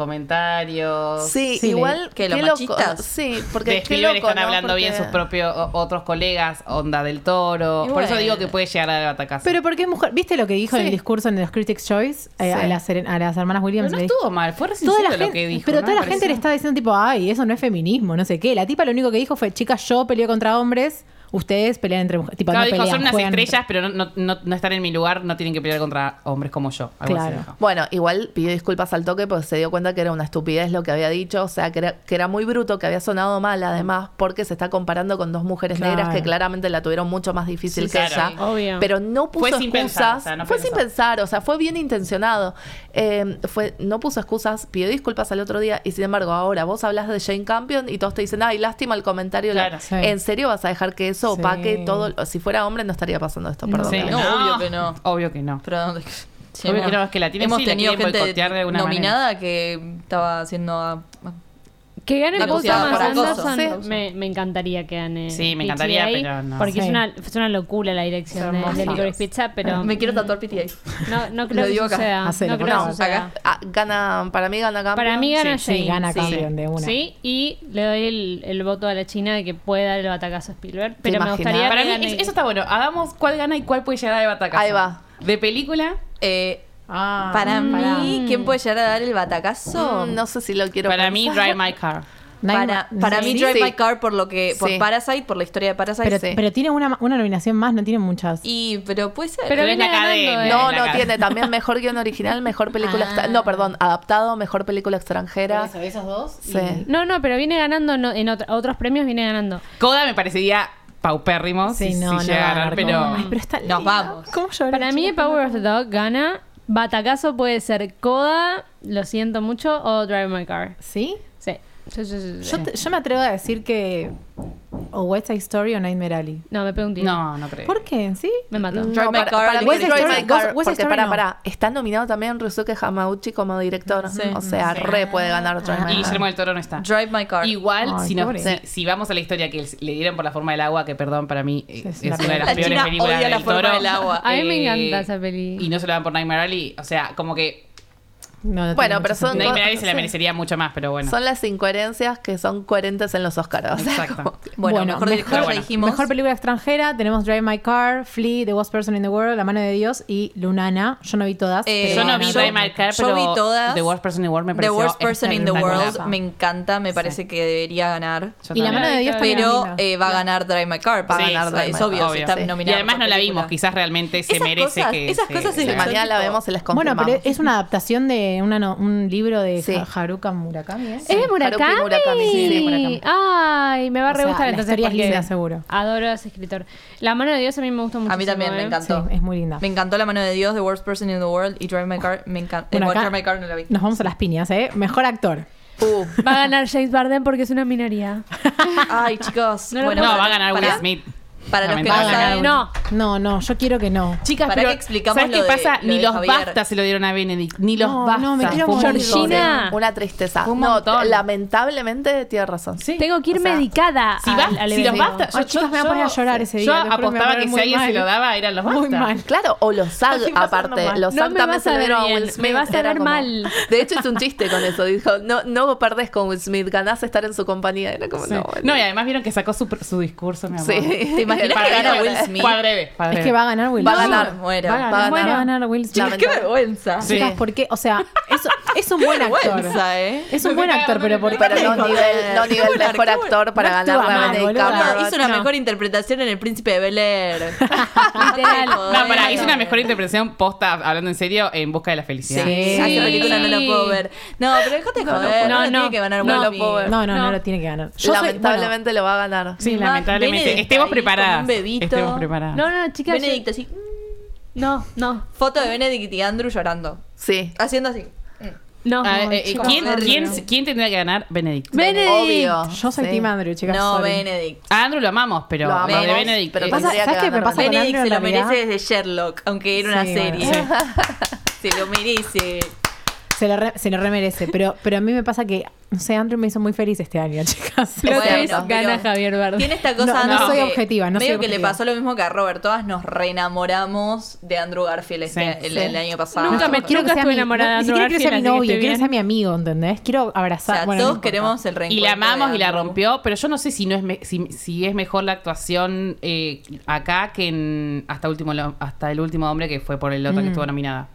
comentarios.
Sí, igual
que
qué
los
loco-
machistas.
Sí, porque
de
qué
Spielberg
loco,
están
¿no?
hablando bien
Porque-
sus propios o- otros colegas, Onda del Toro.
Y
Por eso
bueno.
digo que puede llegar a batacazo.
Pero porque es mujer. ¿Viste lo que dijo en el discurso en los Critics' Choice
Sí.
eh, a, las, seren- a las hermanas Williams?
Pero no
le
estuvo
dijo-
mal, fue re
Toda
sincero
la
lo
gente-
que dijo,
Pero
¿no?
toda la
Me
gente le
pareció.
estaba diciendo tipo, ay, eso no es feminismo, no sé qué. La tipa lo único que dijo fue, chicas, yo peleo contra hombres, ustedes pelean entre mujeres. Tipo,
Claro,
no
dijo,
pelean,
son unas
juegan entre-
estrellas, pero no, no, no- no están en mi lugar, no tienen que pelear contra hombres como yo. Algo así dijo.
Bueno, igual pidió disculpas al toque porque se dio cuenta que era una estupidez lo que había dicho, o sea, que era, que era muy bruto, que había sonado mal además, porque se está comparando con dos mujeres
Claro.
negras que claramente la tuvieron mucho más difícil
Sí,
que
claro.
ella.
Obvio.
Pero no puso
Fue sin
excusas.
pensar, o sea, no
fue
pensó.
sin pensar, o sea, fue bien intencionado. Eh, fue, no puso excusas, pidió disculpas al otro día y sin embargo ahora vos hablas de Jane Campion y todos te dicen, ay, lástima el comentario. La-
Claro. Sí.
¿En serio vas a dejar que eso
Sí.
opaque todo? Si fuera hombre no estaría pasando esto, perdón.
Sí,
Gaby.
no, obvio que no. Obvio que no.
Pero ¿dónde?
obvio que no, es que la tienen
Hemos
sí, la
tenido
quieren
gente
boicotear de alguna
nominada que estaba haciendo a- a-
Que gane
La
Paul
acusada
Thomas
por acoso.
Anderson.
Sí.
Me, me encantaría que gane.
Sí, me
PTA,
encantaría, pero no.
Porque es,
Sí.
una, es una locura la dirección de, de Licorice Pizza, pero. Ah,
Me quiero tatuar PTA.
No, no creo que suceda. no creo que suceda.
ah, gana, para mí gana Campion.
Para mí gana Jane.
Campion
Sí, y le doy el, el voto a la China de que puede dar el batacazo a Spielberg. Pero me gustaría.
Para
que
mí,
gane-
es- eso está bueno. Hagamos cuál gana y cuál puede llegar a de batacazo.
Ahí va.
¿De película?
Eh,
Ah,
para mí, ¿quién puede llegar a dar el batacazo?
Mm, no sé si lo quiero
Para
pensar.
mí, Drive My Car.
Para, para mí,
Sí.
Drive
Sí.
My Car por lo que por
Sí.
Parasite, por la historia de Parasite.
Pero,
sí.
pero tiene una, una nominación más, no tiene muchas.
y, pero puede ser.
Pero Pero es viene la ganando, academia, ¿eh?
No,
la
no
cara.
tiene. También mejor guión original, mejor
Ah.
película. extra- No, perdón, adaptado, mejor película extranjera.
esos dos.
Sí.
No, no, pero viene ganando no- en otro- otros premios, viene ganando.
Coda me parecería paupérrimo si,
no,
si
no
llega
va
a
a
ganar,
ganar
pero...
Coda. Ay, pero
Nos vamos.
Para mí, Power of the Dog gana. Batacazo puede ser Coda, lo siento mucho, o Drive My Car.
¿Sí?
Sí. Sí, sí, sí, sí.
Yo, te- yo me atrevo a decir que o West Side Story o Nightmare Alley.
No, me pregunté.
No, no creo.
¿Por qué? ¿Sí?
Me mató.
No, para, para mí
West
es
Side
Drive
Story.
My Car,
West Side
porque
Story
para,
no.
para, está nominado también Ryusuke Hamauchi como director. O sea, re puede ganar Drive
Ah. Y
My Car.
Guillermo del Toro no está.
Drive My Car.
Igual,
Ay,
si, nos-
pobre.
si, si vamos a la historia que le dieron por la forma del agua, que perdón, para mí eh, es,
sí, la
una de las
La
peores
China
películas
odia
del
la forma
Toro.
del agua.
A mí me
Eh,
encanta esa peli.
Y no se lo dan por Nightmare Alley. O sea, como que
No, no
Bueno,
tiene
pero
mucho
son
Nightmare
co-
Alley se la
sí.
merecería mucho más, pero bueno.
Son las incoherencias que son coherentes en los Oscars.
Exacto.
Bueno, mejor director ya
bueno,
dijimos.
mejor película extranjera tenemos Drive My Car, Flea, The Worst Person in the World, La Mano de Dios y Lunana. Yo no vi todas.
Eh,
pero
yo no vi
Lunana.
Drive My Car,
yo
pero
vi todas.
The Worst Person in the World me
The
pareció
Worst Person in the
espectacular.
World me encanta, me parece que debería ganar.
Yo
Y La
también.
Mano de Dios también es
Pero
linda.
eh, va a ganar Drive My Car, va a
Sí,
ganar,
Drive
es
My
obvio,
Car,
si está
sí.
Y
nominada
además
por
no la
película.
vimos, quizás realmente se
Esas
merece
cosas-
que.
esas
se-
cosas
se-
es-
Si mañana la vemos, se las
Bueno,
confirmamos.
pero es una adaptación de una no- un libro de
Sí.
Ha- Haruka Murakami. ¿eh?
¿Es de Murakami?
Haruki Murakami, sí, de Murakami.
Ay, me va a
O
re
sea,
gustar
la
entonces.
historia es
porque
linda, seguro.
Adoro a ese escritor. La mano de Dios a mí me gusta mucho.
A mí también me
Sí,
encantó.
es muy linda.
Me encantó La Mano de Dios, The Worst Person in the World y Drive My Car. Me encanta.
Bueno, acá-
Drive My Car no la vi.
Nos vamos a las piñas, ¿eh? Mejor actor.
Uh,
Va a ganar James Barden porque es una minoría.
Ay, chicos.
No lo
bueno,
No,
para-
va a ganar Will
para-
Smith.
para los que
Va a
Lamentablemente.
ganar
saben-
un- No,
No.
no, yo quiero que no.
Chicas,
¿Para
pero
qué explicamos
¿sabes
lo
qué
de-
pasa?
lo
Ni
de
los
Javier?
bastas se lo dieron a Benedict, ni los
No,
bastas.
no, me quiero
Fue un
morir.
desorden.
Georgina.
una tristeza.
Fue un
no,
montón.
lamentablemente tiene razón.
Sí.
Tengo que ir
O sea,
medicada.
Si,
al-
va-
al
si los
evento.
bastas,
Ay, chicas, me voy a poner a llorar ese día,
Yo
te juro que me voy a
apostaba
poner
que si
muy
alguien
mal.
se lo daba, eran los
Muy
bastas.
mal.
Claro, o los SAG
Así pasando
aparte.
mal.
Los
No
SAG
me
también
vas
se
a
le
ver
dieron a
bien,
Will
me
Smith.
vas a
Era
ver
como-
mal.
De hecho, hizo un chiste con eso. Dijo, no, no perdés con Will Smith, ganás estar en su compañía. Era como,
Sí.
no,
No,
bueno.
y además vieron que sacó su, su discurso, mi amor.
Sí. ¿Te imaginas
Para
que gana
breve,
Will Smith?
Para breve, para
Es
breve.
que va a ganar Will
Va a
Smith.
ganar,
muero.
Va a ganar.
Va a ganar Will Smith.
Chicas, qué vergüenza.
Sí.
Chicas, ¿por qué? O sea, es, es un buen actor.
vergüenza, ¿eh?
Es un buen actor, pero ¿por qué?
Pero no nivel, no nivel mejor actor para
No
ganar
actúa
la
mal,
Benedict
boluda.
Cumberbatch.
No, hizo una
no.
mejor interpretación en El Príncipe de Bel Air.
Literal.
No, pará, hizo una mejor interpretación posta, hablando en serio, en busca de la felicidad.
Sí.
Ah, esa película no la puedo ver. No, pero déjate de joder. No,
no,
no,
no.
tiene que ganar
No,
Will
lo
Smith.
puedo ver.
No, no, no,
No.
lo tiene que ganar. Yo soy-
Lamentablemente lo va a ganar.
Sí,
Ma-
lamentablemente.
Benedict
Estemos
ahí con
preparadas.
un bebito.
Estemos preparadas.
No, no, chicas. yo-
Benedict así.
No, no,
Foto de Benedict y Andrew llorando.
Sí.
Haciendo así. Mm.
no.
Ah, eh, eh,
chicas,
¿quién,
no, no,
quién,
no.
quién tendría que ganar? Benedict.
Benedict.
Obvio.
bueno, yo soy
Sí.
Team Andrew, chicas.
no,
sorry.
Benedict.
A Andrew lo amamos, pero
Lo amamos,
de Benedict.
pero
eh,
Pasa-
tendría que
¿Sabes qué me
ganar
pasa con
Benedict
Andrew
se
en
lo
realidad?
merece desde Sherlock, aunque era una
Sí,
serie.
bueno,
Se lo merece.
Se lo, re- se lo remerece, pero, pero a mí me pasa que, no sé, Andrew me hizo muy feliz este año, chicas.
Plot
Bueno,
twist,
pero-
gana Javier Bardem.
Tiene esta cosa.
No, no
Andrew,
soy
que
objetiva, no soy
Medio que le
objetiva.
pasó lo mismo que a Robert. Todas nos reenamoramos de Andrew Garfield este,
Sí,
el,
sí.
el año pasado.
Nunca me-
O
nunca estuve
mi,
enamorada de
Ni siquiera
Andrew
quiero ser mi
Garfield, así que
novio,
estoy
quiero
bien.
ser mi amigo, ¿entendés? Quiero abrazar.
sea,
bueno, no
todos
importa.
queremos el
Y
reencuentro.
la amamos
de
y la
Andrew.
rompió, pero yo no sé si no es me- si, si es mejor la actuación eh, acá que en hasta último Lo- hasta el último hombre que fue por el otro que estuvo nominada.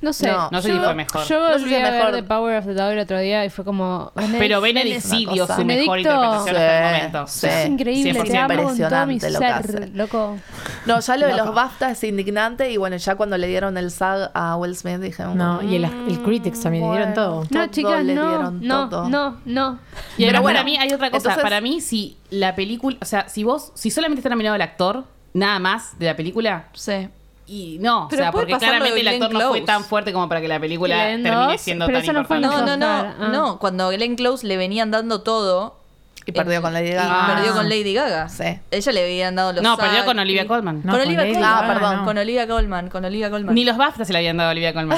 No sé.
No,
no sé si fue mejor.
Yo
No sé si
volví a
mejor.
ver The Power of the Dog el otro día y fue como...
Pero Benedict
es una
sí dio
cosa.
su mejor
Benedicto.
interpretación hasta el
Sí,
momento.
sí.
Es increíble, te
100%.
amo con todo mi
Impresionante lo que hace.
ser, loco.
No, ya lo de los BAFTA es indignante y bueno, ya cuando le dieron el SAG a Will Smith dije...
No, y el, el Critics también le dieron
bueno.
todo.
No,
Todo
chicas,
le
no,
dieron
no,
todo.
no, no.
Y además
bueno,
para mí hay otra cosa.
entonces-
para mí, si la película, o sea, si vos, si solamente está nominado el actor, nada más de la película,
Sí.
y no,
Pero
o sea,
puede
porque
pasar lo de
claramente el
Glenn
actor no fue
Close.
tan fuerte como para que la película
Glenn
termine
Close,
siendo
pero
tan
eso no fue
importante.
en los
No, no, no,
Oscar, ah.
no. Cuando Glenn Close le venían dando todo.
Y
Eh,
perdió con Lady
y
Gaga.
perdió con Lady Gaga.
Sí.
Ella le habían dado los
No, perdió
SAG
con Olivia
y-
Colman.
No,
con,
con
Olivia
Lady
Colman.
Gaga,
perdón.
no.
Con Olivia Colman. Con Olivia Colman.
Ni los BAFTA se la habían dado a Olivia Colman.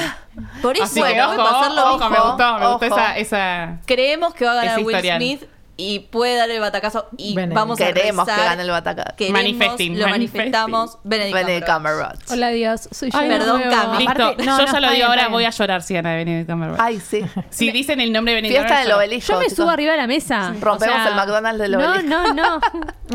Por eso
Así
puede
que ojo,
pasar lo
ojo,
mismo.
me gustó, me
Ojo.
gustó esa, esa-
Creemos que va a ganar
Ese
Will
historial.
Smith y puede dar el batacazo y
Benedict.
vamos a
Queremos que
rezar.
gane el batacazo.
Queremos,
Manifesting,
lo
manifesting.
manifestamos. Benedict,
Benedict
Cumberbatch.
Cumberbatch.
Hola, Dios, soy yo.
Ay, Perdón,
no,
Cami.
Listo, yo
Aparte- no, no,
ya lo
está bien,
digo ahora,
está bien.
voy a llorar si gana Benedict Cumberbatch.
Ay, sí.
si dicen el nombre de Benedict
Fiesta del
Cumberbatch,
obelisco.
Yo me
chicos.
subo arriba de la mesa.
Rompemos el McDonald's del
No,
obelisco.
no, no.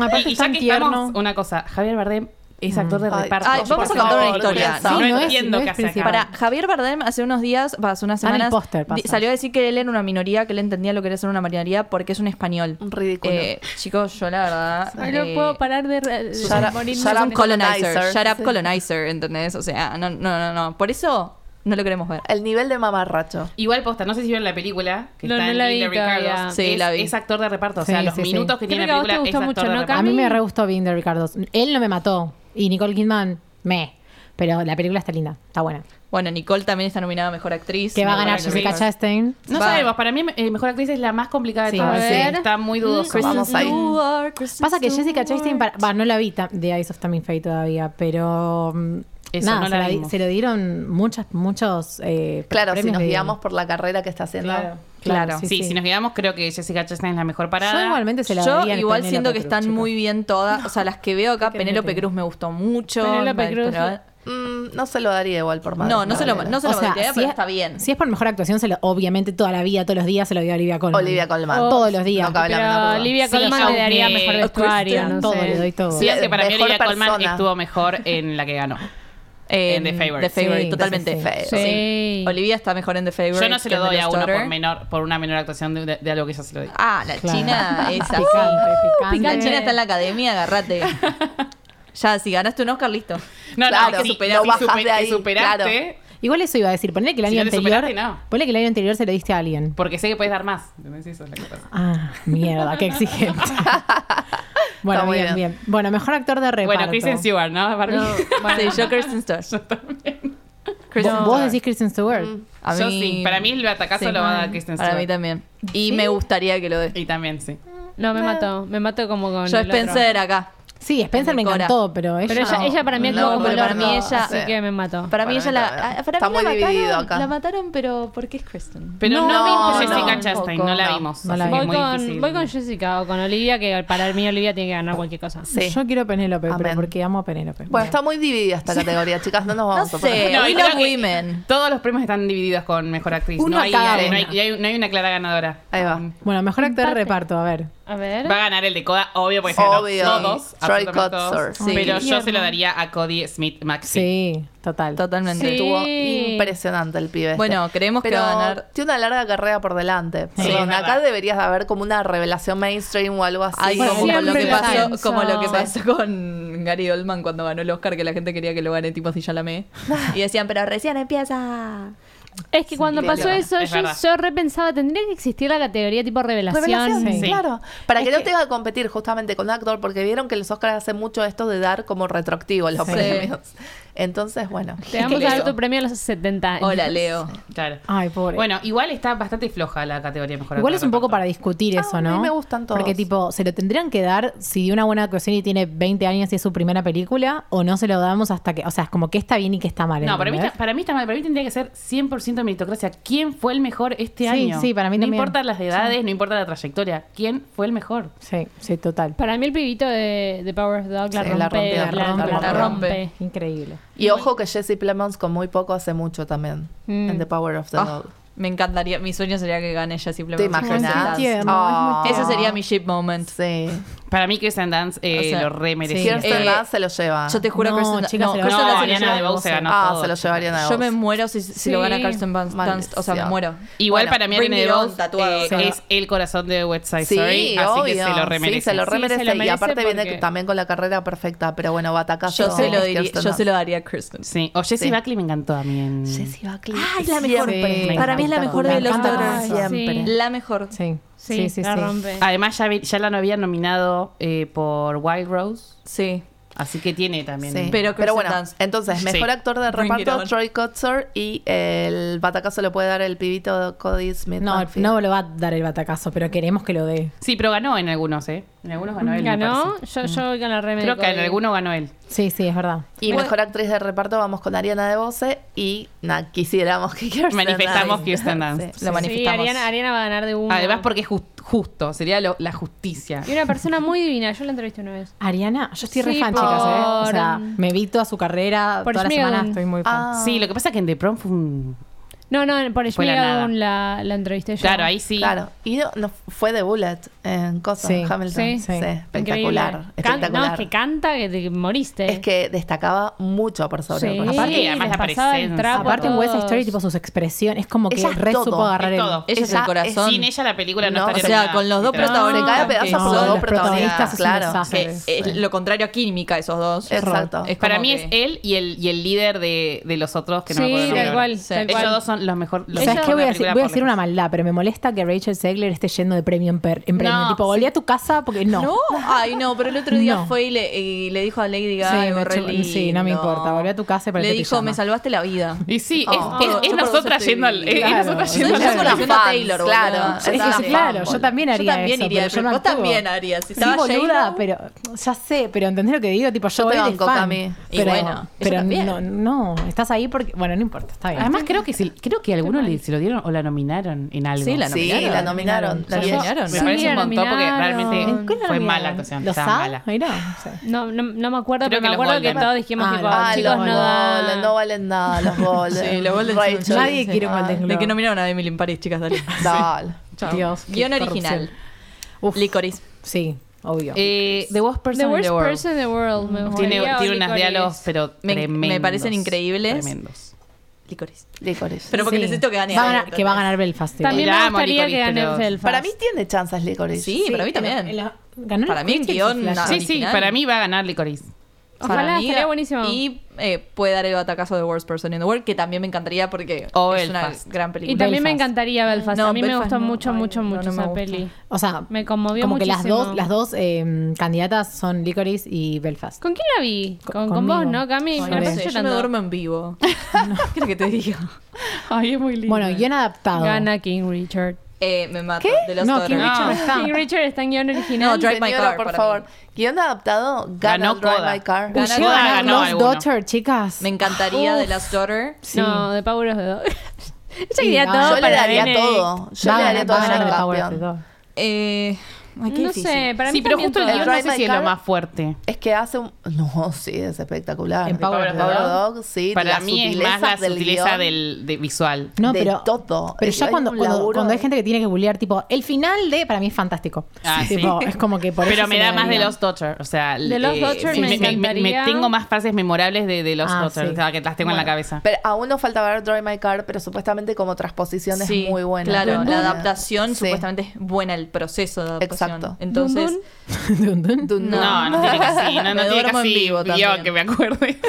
Aparte
Y, y
es
ya
tan
que
tierno.
estamos, una cosa, Javier Bardem es actor de
Ay,
reparto.
ay,
Yo
vamos a
por
contar una
favor,
historia.
pienso,
Sí,
no
no
es-
entiendo
no
qué
es
hace acá.
principal.
Para Javier Bardem hace unos días, va, hace unas
Ah, en el
semanas,
póster pasa.
di- salió a decir que él era una minoría, que él entendía lo que era ser una minoría porque es un español.
Un ridículo.
Eh, chicos, yo la verdad.
Ay, no
eh,
puedo parar de, re- de
Shut up,
morirme.
shut
Shut
up,
up colonizer,
colonizer.
shut up
Sí.
colonizer, ¿entendés? O sea, no, no, no, no. Por eso no lo queremos ver.
El nivel de mamarracho.
Igual posta, no sé si vieron la película que
No,
está
no
en
la
Hilda
vi todavía.
Ricardo.
Sí,
es,
la vi.
es actor de reparto, o
Sí,
sea, los
sí, sí.
minutos que tiene la
Creo que a
película
vos te
es actor
gustó
de
mucho, ¿no,
reparto.
A mí
Cami.
me re gustó Being the Ricardos. Él no me mató. Y Nicole Kidman, me. Pero la película está linda, está buena.
Bueno, Nicole también está nominada a Mejor Actriz.
Que va a
Mejor
ganar
actriz.
Jessica Chastain.
No
Va.
sabemos, para mí eh, Mejor Actriz es la más complicada de
Sí,
todas.
a ver.
Está muy dudoso.
Kristen
Vamos ahí.
Stewart, Kristen
Pasa que
Stewart.
Jessica Chastain, para- bah, no la vi ta- de Eyes of Taming Faye todavía, pero mm,
Eso,
nada,
no
se,
la
la di-
vimos.
se lo dieron muchas, muchos eh,
Claro, si
premios
nos
le
guiamos
dieron.
por la carrera que está haciendo.
Claro,
Claro.
Sí, si nos quedamos, creo que Jessica Chastain es la mejor parada.
Yo igualmente se la
Yo
daría al
igual
Penélope
siento que
Cruz,
están
chicos.
muy bien todas. O sea, las que veo acá,
¿Qué querés que
Penélope
te diga?
Cruz me gustó mucho.
Penélope
Pero- eh,
Cruz.
Mm, No se lo daría igual por más.
No, no se lo- no se lo daría, pero está
bien. Si es por mejor actuación, se lo, obviamente toda la vida, todos los días se lo dio a Olivia Colman.
Olivia Colman.
Todos los días.
No cabe la Pero menor duda.
Oh, Olivia Colman le daría mejor vestuario, no
todo,
sé.
le doy todo.
Sí, es que para mí
Mejor
Olivia Colman
persona.
estuvo mejor en la que ganó.
En,
The Favourite.
The Favourite,
Sí,
totalmente.
sí, sí.
Sí. Olivia está mejor en The Favorite.
Yo no se lo doy a uno por, menor, por una menor actuación de, de- de algo que ella se lo dio.
Ah, la China es así.
Ah. picante.
La China está en la academia, agarrate. ya, si ganaste un Oscar, listo.
No, no,
Claro,
que
sí,
superas-
lo
que
bajas
super-
de ahí,
que superaste.
Igual eso iba a decir, ponle que el
Si
año
no te
anterior.
superaste, no.
Ponle que el año anterior se lo diste a alguien.
Porque sé que puedes dar más. ¿Entendés? Eso es lo que pasa.
Ah, mierda, qué exigente. bueno,
muy
bien, bien, Bueno, mejor actor de reparto.
Bueno, Kristen Stewart, ¿no? Para mí.
No, bueno.
Sí, yo Kristen Stewart.
Kristen
¿Vos,
Stewart.
vos decís Kristen Stewart.
A
Yo
mí-
sí. Para mí el batacazo
Sí.
lo va a dar Kristen Stewart.
Para mí también. Y me gustaría que lo dé.
Y también, sí.
No, me mató. Me mató como con.
Yo
el otro.
Spencer acá.
Sí, Spencer me
Cora.
encantó, pero ella.
Pero ella, ella para mí
No,
actuó como
pero
el
para mí
orto,
ella-
Así que me mató.
Para mí ella
Para mí
la.
también.
para
Está
mí la
muy dividido
mataron,
acá.
La mataron, pero ¿por qué es Kristen?
Pero no,
No,
vimos
no,
Jessica
no,
Chastain, no,
tampoco,
la
no.
vimos.
No la
así que es
vimos.
Voy
muy
con,
difícil.
voy con Jessica o con Olivia, que para mí Olivia tiene que ganar cualquier cosa.
Yo quiero a Penélope, pero
Amén.
porque amo a Penélope.
Bueno, Pues está muy dividida esta categoría, chicas. No nos vamos a poner.
No, y creo que
women.
Todos los premios están divididos con mejor actriz.
Uno
no, hay,
cada
no, hay,
una.
y hay- no hay una clara ganadora.
Ahí va.
Bueno, mejor actor de reparto, a ver.
A ver.
Va a ganar el de Coda, obvio, porque se ganó
Obvio.
todos.
Sí.
absolutamente
Troy
todos.
Kotsur. Sí.
Pero yo
Qué
se lo
tierno.
daría a Cody Smith Maxi.
Sí, total.
Totalmente.
Estuvo
Sí.
impresionante el pibe. este.
Bueno, creemos que
Pero
va a ganar-
Tiene una larga carrera por delante.
Sí,
Perdón,
es verdad.
acá deberías de haber como una revelación mainstream o algo así.
Ay, como,
Como-
lo que
Siempre lo
pasó,
pienso.
como lo que
Sí.
pasó con Gary Oldman cuando ganó el Oscar, que la gente quería que lo gane tipo si ya la me. Y decían, pero recién empieza.
Es que cuando pasó
Increíble.
eso,
Es
yo,
verdad.
yo repensaba, tendría que existir la categoría tipo revelación.
Revelación, claro. Para que no tenga que competir justamente con un actor, porque vieron que los Oscars hacen mucho esto de dar como retroactivos los
Sí.
premios. Entonces, bueno.
Te vamos a dar tu premio a los 70 años.
Hola, Leo.
Claro.
Ay, pobre.
Bueno, igual está bastante floja la categoría mejor
Igual
actor
es un
de
poco para discutir eso, ¿no?
Ah, a mí me gustan todos.
Porque, tipo, ¿se lo tendrían que dar si dio una buena actuación y tiene 20 años y es su primera película? ¿O no se lo damos hasta que.? O sea, es como que está bien y que está mal.
No, para mí,
¿entendés?
está, para mí está mal. Para mí tendría que ser 100% meritocracia. ¿Quién fue el mejor este
Sí,
año?
sí, para mí
No
también.
importa las edades,
Sí.
no importa la trayectoria. ¿Quién fue el mejor?
Sí, sí, total.
Para mí el pibito de, de Power of the Dog la
Sí,
rompe.
la
La
rompió,
rompe,
la rompe, la rompe.
Increíble.
Y ojo que Jesse Plemons con muy poco hace mucho también.
Mm.
En The Power of the
Ah,
Dog.
me encantaría, mi sueño sería que gane ella
¿Te
simplemente.
imaginas?
Ah,
Ah.
Ese sería mi ship moment.
Sí.
Para mí Kirsten Dance eh,
O sea,
lo re merecía.
Kirsten
Eh,
Dunst se lo lleva.
Yo te juro
No,
que Kirsten
chicas, se lo-
Kirsten
No,
Dunst se lo
Ariana
lleva.
DeBose ganó
ah,
todo,
se lo llevaría a
Yo me muero si, si lo gana Kirsten Dunst. Dunst, O sea, me
Maldición.
muero.
Igual
Bueno,
para mí Ariana
Bring It On
DeBose
tatuado.
eh, es el corazón de West Side
Sí,
Story, así que
obvio.
se lo re merece.
Sí, se lo
Sí, se lo
remerece. y
merece
aparte viene
porque-
que también con la carrera perfecta, pero bueno, batacazo.
yo, se lo
de
diría-
Kirsten
yo se
Dunst.
lo daría a Kirsten.
Sí, o Jessie
Sí.
Buckley me encantó a mí en...
Jessie Buckley.
Ay, la mejor.
Me
Para mí es la
encanta.
mejor de los
encanta.
otros.
Ay,
Siempre.
sí.
La mejor.
Sí,
Sí,
sí, sí.
la
sí.
rompe.
Ah, Además ya, vi- ya la habían nominado eh, por Wild Rose,
Sí.
así que tiene también...
Sí. Pero,
Pero Kirsten
bueno,
Dunst.
entonces, mejor
Sí.
actor de
Bring it
reparto,
on.
Troy Kotsur, y el batacazo lo puede dar el pibito Cody Smith.
No,
McPhee.
no lo va a dar el batacazo, pero queremos que lo dé.
Sí, pero ganó en algunos, ¿eh? En algunos ganó él, me
Ganó,
parece. Mm.
yo, yo gané la remedio.
Creo que en alguno ganó él.
Sí, sí, es verdad.
Y mejor actriz de reparto vamos con Ariana DeBose y na, quisiéramos que Kirsten
Manifestamos
Dunst.
Kirsten Dunst.
Sí.
Lo manifestamos.
Ariana, Ariana va a ganar de uno.
Además porque es jus- justo, sería lo- la justicia.
Y una persona muy divina, yo la entrevisté una vez.
Ariana, yo estoy re
Sí,
fan, chicas, ¿eh? O
por-
sea, me vi toda su carrera,
Por
toda la
Smigel.
semana estoy muy fan.
Ah,
Sí, lo que pasa es que en The Prom fue un...
No, no, por
Fue la nada.
Schmigadoon la, la, entrevisté yo.
Claro, ahí sí.
Claro. Y no, no, fue de Bullet en Cosa,
Sí.
Hamilton.
Sí.
Sí,
Sí.
espectacular.
Increíble. Can-
espectacular.
no, es que canta que te moriste.
Es que destacaba mucho por sobre
Sí,
el resto.
Aparte, además
les
la
pasaba el
presencia.
trapo a
Aparte en West Side
todos.
Story, tipo sus expresiones, es como que
ah, Ella es
re
todo,
supo agarrar
es
el...
todo.
Ella es
Ella
el
es
corazón.
Sin ella la película no,
No,
o
estaría
sea,
nominada.
con los dos
Literal.
Se cae
No,
protagonistas.
a pedazos
no,
por los
los
dos protagonistas,
protagonistas es un
claro.
desastre.
que
Eh,
es lo contrario a química, esos dos.
Exacto.
Es como
Para mí
que-
es él y el, y el líder de, de los otros que no me
Sí,
acuerdo. el nombre.
tal cual, tal
Ellos
cual.
dos son los mejores. Los
¿Sabes
mejor
qué?
de
Voy a
la
decir,
película
voy a
por
decir una
lejos.
maldad, pero me molesta que Rachel Zegler esté yendo de premio en, per- en premio.
No,
tipo, volví a tu casa porque no.
No, ay, no, pero el otro día
No.
fue y le, y le dijo a Lady
Sí,
Gaga
me
algo re
chupa- sí, no me
lindo.
importa, volví a tu casa y ponete
Le dijo,
pijama.
me salvaste la vida.
Y sí, es-
Oh.
es,
Yo
es
por vos
nosotras
estoy
yendo al. es- es
Claro.
nosotras
Soy
yendo al-
Yo
yo
soy la
fan,
fan, Taylor, boludo.
claro.
Es que
Estaba
sí, claro,
fan,
yo también haría
Yo también
eso,
iría,
pero yo
pero
no
vos
actúo.
también harías. Si
Sí,
estaba
boluda,
J-Lo-
pero ya sé, pero ¿entendés lo que digo? Tipo, yo
Yo te
voy de
banco,
fan.
Cami.
Y
Pero,
bueno, ella
pero
también.
no, no, estás ahí porque, bueno, no importa, está bien.
Además, creo que, si- creo Creo que a alguno le, se lo dieron o la nominaron en algo.
Sí, la Sí, nominaron. la nominaron. La
Yo-
nominaron.
Me
Sí,
parece un
la
montón porque
nominaron. ¿En
realmente
cuál la
fue mala
nominaron?
actuación.
¿Los
estaba
A?
mala.
No, no, no me acuerdo,
Creo
pero
que
me
los
acuerdo que
Golden.
todos dijimos,
Ah,
tipo,
ah,
chicos,
los
no da.
Golden, no valen nada los Golden.
Sí, los Golden son-
Rachel.
Nadie quiere un
Ah,
Golden Globe. De que nominaron a Emily en París, chicas, dale.
Dale.
Chao.
Dios, qué
Guión
corrupción.
original. Licoris.
Sí, obvio.
Eh, the worst person
The
in
worst
the world.
person in the world. me
Tiene, tiene
gustaría, o
unos
Licorice.
diálogos, pero
Me- me
tremendos.
parecen increíbles.
Tremendos.
Licoris.
Licores.
Pero porque
Sí.
necesito que gane.
Va a
algo,
ganar- que va a ganar Belfast. igual.
También
Ya
me
amo a
gustaría que
Licorice,
gane
pero-
Belfast.
Para mí tiene chances Licores.
Sí, para mí
en la-
también.
en la- ganó
Para
los
mí el
Critics
guión,
Flash.
nada.
Sí, sí,
Original.
para mí va a ganar Licorice.
Ojalá,
Para mí,
estaría buenísimo.
Y eh, puede dar el batacazo de Worst Person in the World, que también me encantaría porque
O
es una
Belfast.
gran
Y
película.
también me
Belfast.
encantaría Belfast.
No,
a mí me
Belfast
gustó
no.
mucho,
Ay,
mucho,
no,
mucho
no me
esa
gusta.
peli.
O sea,
Me conmovió
como que
muchísimo.
las dos, las dos eh, candidatas son Licorice y Belfast.
¿Con quién la vi? Con,
Con-
con vos,
conmigo.
¿no, Cami?
Ay, no
Me la
Sobre-
sé,
pasé
yo me
llorando.
duermo en vivo. ¿Qué es lo que te digo?
Ay, es muy lindo.
Bueno, guión adaptado.
Gana King Richard.
Eh, me mato.
¿Qué?
De los
No, King
No.
Richard no está.
King Richard está en guión
No,
original.
Drive My
Señora,
Car,
por
para
favor.
mí.
Guión adaptado, gana
Ganó
el Drive
Coda.
My Car.
Ganó-
Uy,
Coda
ganó
ganó
Lost
alguno.
Daughter, chicas.
Me encantaría
Uf.
de Last Daughter.
No, de Power of the Dog. Ella
Sí,
quería
no,
todo
Yo le
para E.
daría
Benedict.
todo. Yo
Va
le
a
daría
ganar- va
todo
a
a
ganar
Jane
de Power of the
Campion.
Dog.
Eh, ay, qué
No
difícil.
sé, para mí
sí, pero
también
justo el
todas.
guión no sé
Drive My
si es lo
Car.
más fuerte.
Es que hace un... No, sí, es espectacular.
En Power of the
Power
Dog.
of the Dog, sí.
Para
las
mí es más la
sutilezas del
sutileza
guión.
del, de visual.
No,
de
pero,
todo.
pero
Es-
ya
hay
cuando,
un
cuando,
laburo
cuando hay
de-
gente que tiene que bullear, tipo, el final de, para mí es fantástico.
Ah, sí.
Tipo, Es como que por
Pero
eso
me
se
da más de
daría.
Lost Daughter. O sea, eh,
De Lost Daughter me encantaría.
tengo más frases memorables de, de Lost
Ah,
Daughter,
sí.
o sea, que las tengo en la cabeza.
Pero aún nos falta ver Drive My Car, pero supuestamente como transposición
Sí,
es muy buena. Muy
Claro, la
buena.
adaptación
Sí.
supuestamente es buena, el proceso de adaptación.
Exacto.
Entonces,
Dun,
Dun, dun.
no, no tiene casi, no, no
Me
tiene
duermo en
casi
vivo también.
guión que me acuerde.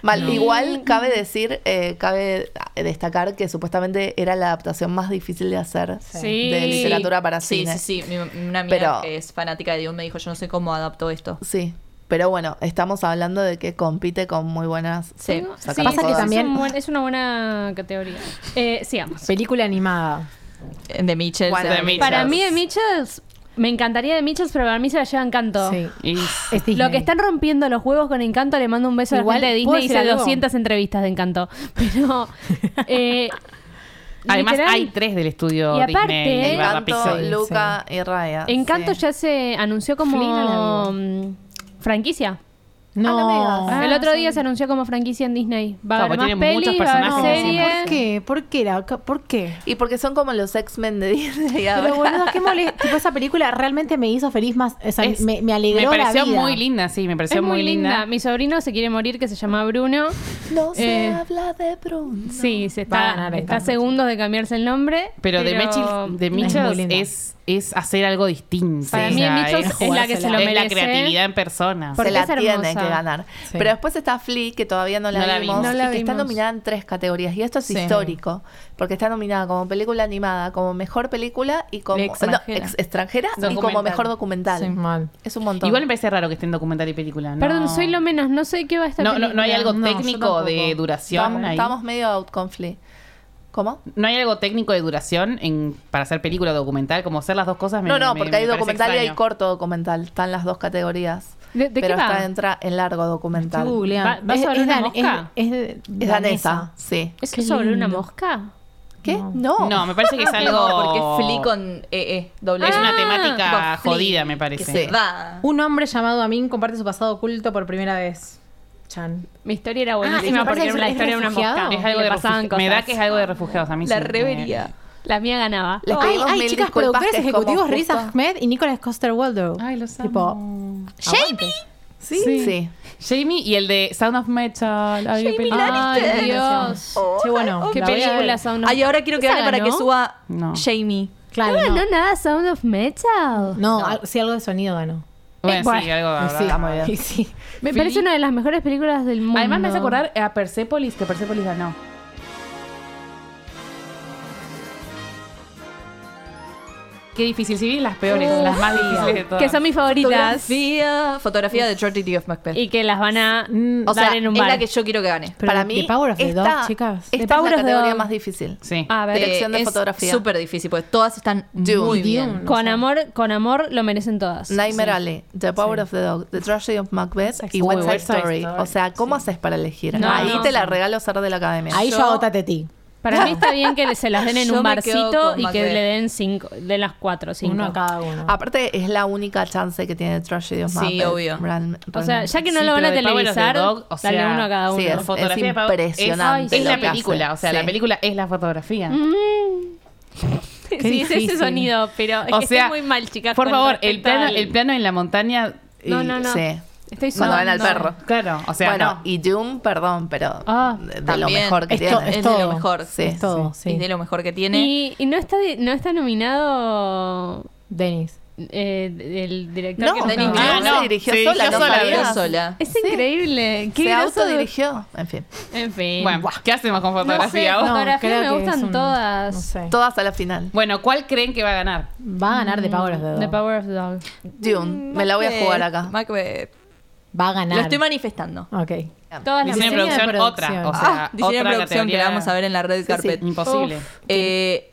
Mal, igual cabe decir, eh, cabe destacar que supuestamente era la adaptación más difícil de hacer
Sí.
de literatura para
Sí,
cine.
sí, sí. Mi- una amiga
Pero-
que es fanática de Dune me dijo, yo no sé cómo adaptó esto.
Sí, pero bueno, estamos hablando de que compite con muy buenas.
Sí.
Saca
Sí,
Pasa que
es un
también-
buen- es una buena categoría. Eh, sigamos.
Película animada.
De Mitchell.
Juan
se
de
llama.
Mitchell.
Para
Mitchells.
mí de Mitchells, me encantaría de Mitchells, pero para mí se la llevan canto.
Sí.
Y
Es Disney.
Lo que están rompiendo los juegos con Encanto, le mando un beso
Igual,
a la gente de
¿puedo
Disney.
decir
Hice
algo?
200 entrevistas de Encanto. Pero. eh,
además
literal,
hay tres del estudio
Y aparte,
Disney, barra
Encanto,
Pixar.
Luca y Raya.
Encanto
sí.
ya se anunció como.
Flynn no la
mm, franquicia.
Ah,
No.
no me digas.
el otro día se anunció como franquicia en Disney. Va a
Claro,
haber
porque
más
tiene muchos
pelis, va a haber
No,
personajes en
series.
¿Por qué? ¿Por qué? la- ¿Por qué?
Y porque son como los X-Men de Disney. ahora.
Pero boludo, qué molesto. tipo, esa película realmente me hizo feliz más. o sea,
Es-
me, me alegró
Me pareció
la vida.
muy linda, sí, me
Es
pareció
muy linda.
linda.
Mi sobrino se quiere morir, que se llama Bruno.
No se
Eh,
habla de Bruno.
Sí, se
Va a
está,
ganar
está a
Encanto,
segundos de cambiarse el nombre.
Pero, de Mitchell, de
muy
Mitchells
linda.
es, es hacer algo distinto.
Para
O
mí de
sea,
Mitchells es la que se lo
es
merece.
la creatividad en persona.
Porque
se la
es hermosa.
tiene que ganar.
Sí.
Pero después está Flea, que todavía no la,
No la
vimos,
vimos.
No la
y que está
vimos.
nominada en tres categorías. Y esto es
Sí.
histórico, porque está nominada como película animada, como mejor película y como
Y extranjera.
no, ex- extranjera y como
Documental.
mejor documental.
Sí.
Mal.
Es un montón.
Igual me parece raro que esté en documental y película. ¿no?
Perdón, soy lo menos. No sé qué va a estar.
No, no, no hay algo
No, yo
técnico de
tampoco.
duración
estamos,
ahí.
estamos medio out con Flea. ¿Cómo?
¿No hay algo técnico de duración en, para hacer película o documental? Como hacer las dos cosas me-
no, no,
me-
porque
me
hay
parece
documental y hay
extraño.
corto documental. Están las dos categorías.
¿De, de
pero
qué va?
está entra en largo documental.
Estoy googleando.
¿Va- va sobre una
dan-
mosca?
es- es
Es danesa,
danesa.
sí.
¿Es
Qué
sobre una
lindo.
mosca?
¿Qué? No.
No, me parece que es algo...
No, porque es Flea con EE, doble
Es
E.
una
Ah,
temática
tipo Flea,
jodida, me
Que
parece.
se va.
Un hombre llamado Amin comparte su pasado oculto por primera vez. Chan.
Mi historia era
Ah, ¿me
buenísima porque
parece
era una
que es
historia de una
refugiado?
mosca.
Es algo
Y
de
le pasaban
refugiados. Me
cosas.
da que es algo de refugiados a mí.
La
sí me-
revería.
eh.
La mía ganaba.
Les
Ay,
pedimos
hay
mil
chicas
disculpas,
productores
que es como
ejecutivos Riz
justo-
Ahmed y Nicolas Coster Waldo.
Ay, los
Tipo,
amo.
¡Jamie! Sí.
Sí.
Jamie y el de Sound of Metal. Ay, qué película.
Ay, Dios.
Che, bueno.
Qué
la voy a ver.
películas son.
Ay, ahora quiero que
¿Esa
gane para que
ganó?
suba
No.
Jamie.
Claro,
No
no.
ganó nada Sound of Metal.
No, al- sí, algo de sonido ganó.
Bueno, sí,
Bueno.
algo
sí,
habrá, habrá.
y sí.
Me parece una de las mejores películas del mundo.
Además me hace acordar a Persepolis, que Persepolis ganó. Qué difícil, si bien las peores,
Uf.
las más difíciles de todas.
que son mis favoritas
Fotografía, fotografía de Tragedy of Macbeth.
y que las van a
Mm,
o sea,
dar en un
es
bar.
la que yo quiero que gane.
Pero
Para
de-
mí,
de Power of the
esta,
Dog, chicas.
Esta
De
es
Power
la
of the
categoría
Dog.
más difícil.
Sí.
A ver,
Dirección de
Eh, es
fotografía.
Súper difícil, porque todas están
Dune.
muy bien.
Dune.
con
sé.
amor, con amor lo merecen todas.
Nightmare Alley, The Power of the Dog, The Tragedy of Macbeth y
Uy,
West Side
West Side
Story.
Story.
O sea, ¿cómo haces para elegir?
No,
Ahí
no,
te
sí.
la regalo ser de la academia.
Ahí yo
yo-
agotate ti.
Para mí está bien que se las den en
Yo
un
me quedo
barcito
con
y que
Macbeth.
le den cinco, de las cuatro, cinco.
Ah,
Aparte, es la única chance que tiene Tragedy of
Sí,
Macbeth,
obvio.
real-
O sea,
realmente.
ya que no lo van a televisar, dale uno a cada uno.
Sí, es, es
Fotografía, Pau, es-
impresionante.
Es,
lo
la
que hace.
película, o sea,
Sí.
la película es la fotografía.
Mm,
Qué
sí, es ese
difícil.
sonido, pero es
O
que
sea,
estoy muy mal, chicas.
Por
con
favor, el
respecto
plano,
al-
el plano en la montaña. eh,
No, no, no.
Sí.
Estoy
Cuando ven al
sudando.
perro.
Claro, o sea,
Bueno,
no.
y Doom, perdón, pero de- de, lo
También.
mejor que
Es to-
tiene.
es Es de lo todo. mejor.
Sí.
Es todo, sí. Es de lo mejor que tiene.
Y, y no está de- no está nominado
Denis.
el director
No,
que
Denis
nominó.
Villeneuve se dirigió Se sola, dirigió ¿no sola, sabías? sola.
Es increíble. Qué
Se
groso-
autodirigió. En fin.
En fin.
Bueno, ¿qué hacemos con
no sé,
fotografía? ahora?
fotografía me gustan todas.
Todas a la final.
Bueno, ¿cuál creen que va a ganar?
Va a ganar The Power of the Dog.
The Power of the Dog.
Dune, me la voy a jugar acá.
Macbeth.
Va a ganar.
Lo estoy manifestando.
Ok.
Todas
Diseño de producción, otra. O sea,
Ah, diseño de
otra
producción que
categoría.
la vamos a ver en la red carpet.
imposible.
Uf. Eh,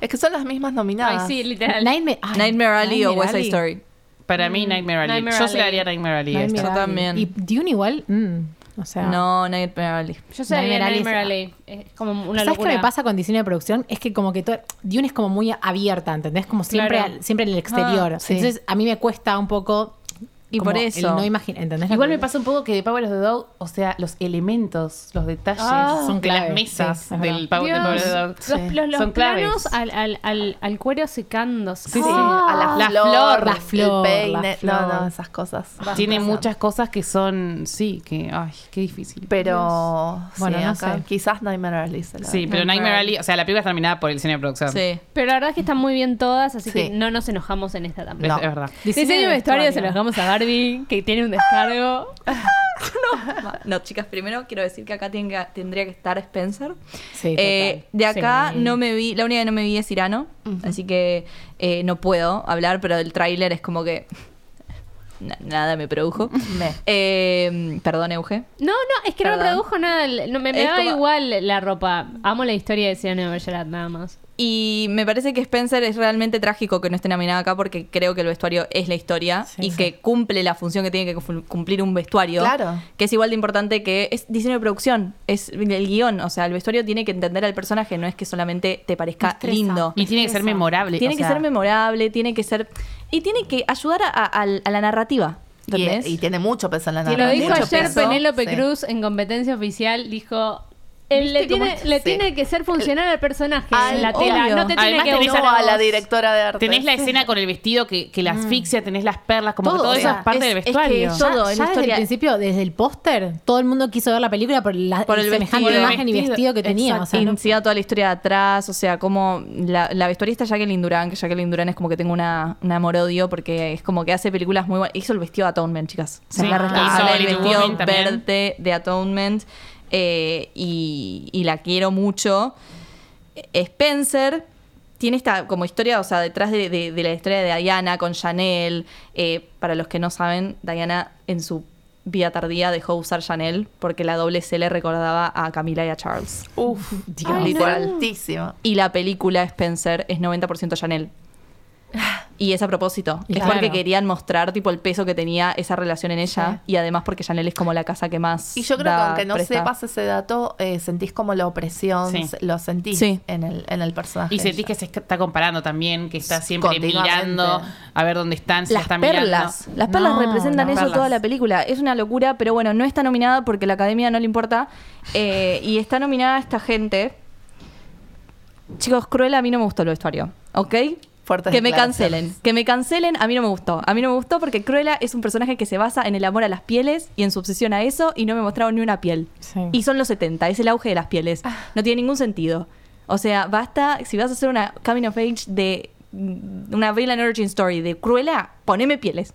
Es que son las mismas nominadas.
Ay, sí,
Mm. literal.
Nightmare,
Nightmare Alley o West Side Story.
Para mí, Nightmare Alley.
Nightmare
Yo se la
Alley.
haría a Nightmare Alley.
Nightmare
esta.
Alley. también.
Y Dune igual, mm, o sea...
No, Nightmare Alley.
Yo sabía
Nightmare Alley es-
Nightmare Alley. Es como una
¿Sabes
locura.
qué me pasa con diseño de producción? Es que como que todo, Dune es como muy abierta, ¿entendés? Como siempre,
Claro.
al- siempre en el exterior.
Ah, sí.
Entonces a mí me cuesta un poco...
Y
como
por
el
eso.
no imagina, ¿entendés?
Igual me pasa un poco que de Power of the Dog, o sea, los elementos, los detalles
Ah.
son
Son
de
clave,
las mesas
sí, es
del Power, de
Dios.
Power of the Dog
Los, los- los
son claves.
planos al, al, al, al cuero secándose.
Sí, sí.
Ah.
A la, flor, el peine.
flor.
No, no, esas cosas.
Tiene muchas cosas que son, sí, que, ay, qué difícil.
Pero,
Dios.
sí, acá quizás Nightmare Alley. se la-
Sí, pero Nightmare Alley, o sea, la película está nominada por el cine de producción.
Pero la verdad es que están muy bien todas, así que
Sí.
no nos enojamos en esta
Es,
tampoco.
es verdad.
Diseño de vestuario se los dejamos a Barbie, que tiene un descargo.
Ah, No, chicas, primero quiero decir que acá tenga- tendría que estar Spencer.
Sí,
Eh, de acá no me vi, la única que no me vi es Irano, así que eh, no puedo hablar, pero el tráiler es como que na- nada me produjo. Eh, perdón, Euge.
No, no, es que no
Perdón.
me produjo nada. el- No, me me
Es
daba
como-
igual la ropa. Amo la historia de Cyrano de Bergerac, nada más.
Y me parece que Spencer es realmente trágico que no esté nominada acá porque creo que el vestuario es la historia y que cumple la función que tiene que cumple- cumplir un vestuario.
Claro.
Que es igual de importante que es diseño de producción, es el guión. O sea, el vestuario tiene que entender al personaje, no es que solamente te parezca lindo.
Y tiene que ser memorable.
Tiene
o
que
sea,
ser memorable, tiene que ser. Y tiene que ayudar a, a- a la narrativa.
Y,
¿Entendés?
e- y tiene mucho peso en la
Lo
narrativa.
dijo ayer
Mucho peso.
Penélope
Sí.
Cruz en competencia oficial, dijo... "Él le
cómo
tiene,
es?
le
Sí.
tiene que ser funcional al personaje
Al-
en la tela.
obvio.
No te tiene
Además
que
tenés
gustar
a
vos.
la
directora de arte.
Tenés la escena con el vestido que, que la asfixia, tenés las perlas, como
Mm. Todo,
que todo
o
eso
sea,
es parte
es-
del
es que
vestuario.
ya- ya desde el principio, desde el póster, todo el mundo quiso ver la película por la
por el
semejante
vestido.
imagen y vestido que tenía. O sea,
Y
no-
encima toda la historia de atrás, o sea, como la, la vestuarista Jacqueline Durán, que Jacqueline Durán es como que tengo una, un amor-odio porque es como que hace películas muy buenas. Hizo el vestido de Atonement, chicas. O sea,
Sí,
la
ah.
responsable
hizo
del
Little
vestido
Women también.
verde de Atonement eh, y, y la quiero mucho. Eh, Spencer tiene esta como historia, o sea, detrás de, de- de la historia de Diana con Chanel. Eh, para los que no saben, Diana en su vida tardía dejó usar Chanel porque la doble C le recordaba a Camila y a Charles.
Uf,
Ay,
literal.
no.
Altísima.
Y la película Spencer es 90% Chanel. Ah. Y es a propósito.
Y
es
claro.
porque querían mostrar tipo el peso que tenía esa relación en ella. Y además porque Chanel es como la casa que más.
Y yo creo que
da,
aunque no
presta.
sepas ese dato, eh, sentís como la opresión,
Sí.
lo sentís
Sí.
en, el, en el personaje.
Y sentís que se está comparando también, que está siempre
Continuamente.
mirando a ver dónde están, si
Las
están
perlas.
mirando.
Las perlas
No,
representan
las
eso
perlas.
toda la película. Es una locura, pero bueno, no está nominada porque la academia no le importa. Eh, y está nominada esta gente. Chicos, cruel, a mí no me gustó el vestuario. ¿Ok?
Fuertes
que me
declaraciones.
cancelen, que me cancelen, a mí no me gustó. A mí no me gustó porque Cruella es un personaje que se basa en el amor a las pieles y en su obsesión a eso y no me mostraron ni una piel. Y son los 70, es el auge de las pieles. No tiene ningún sentido. O sea, basta, si vas a hacer una coming of age de mm, una Villain Origin Story de Cruella, poneme pieles.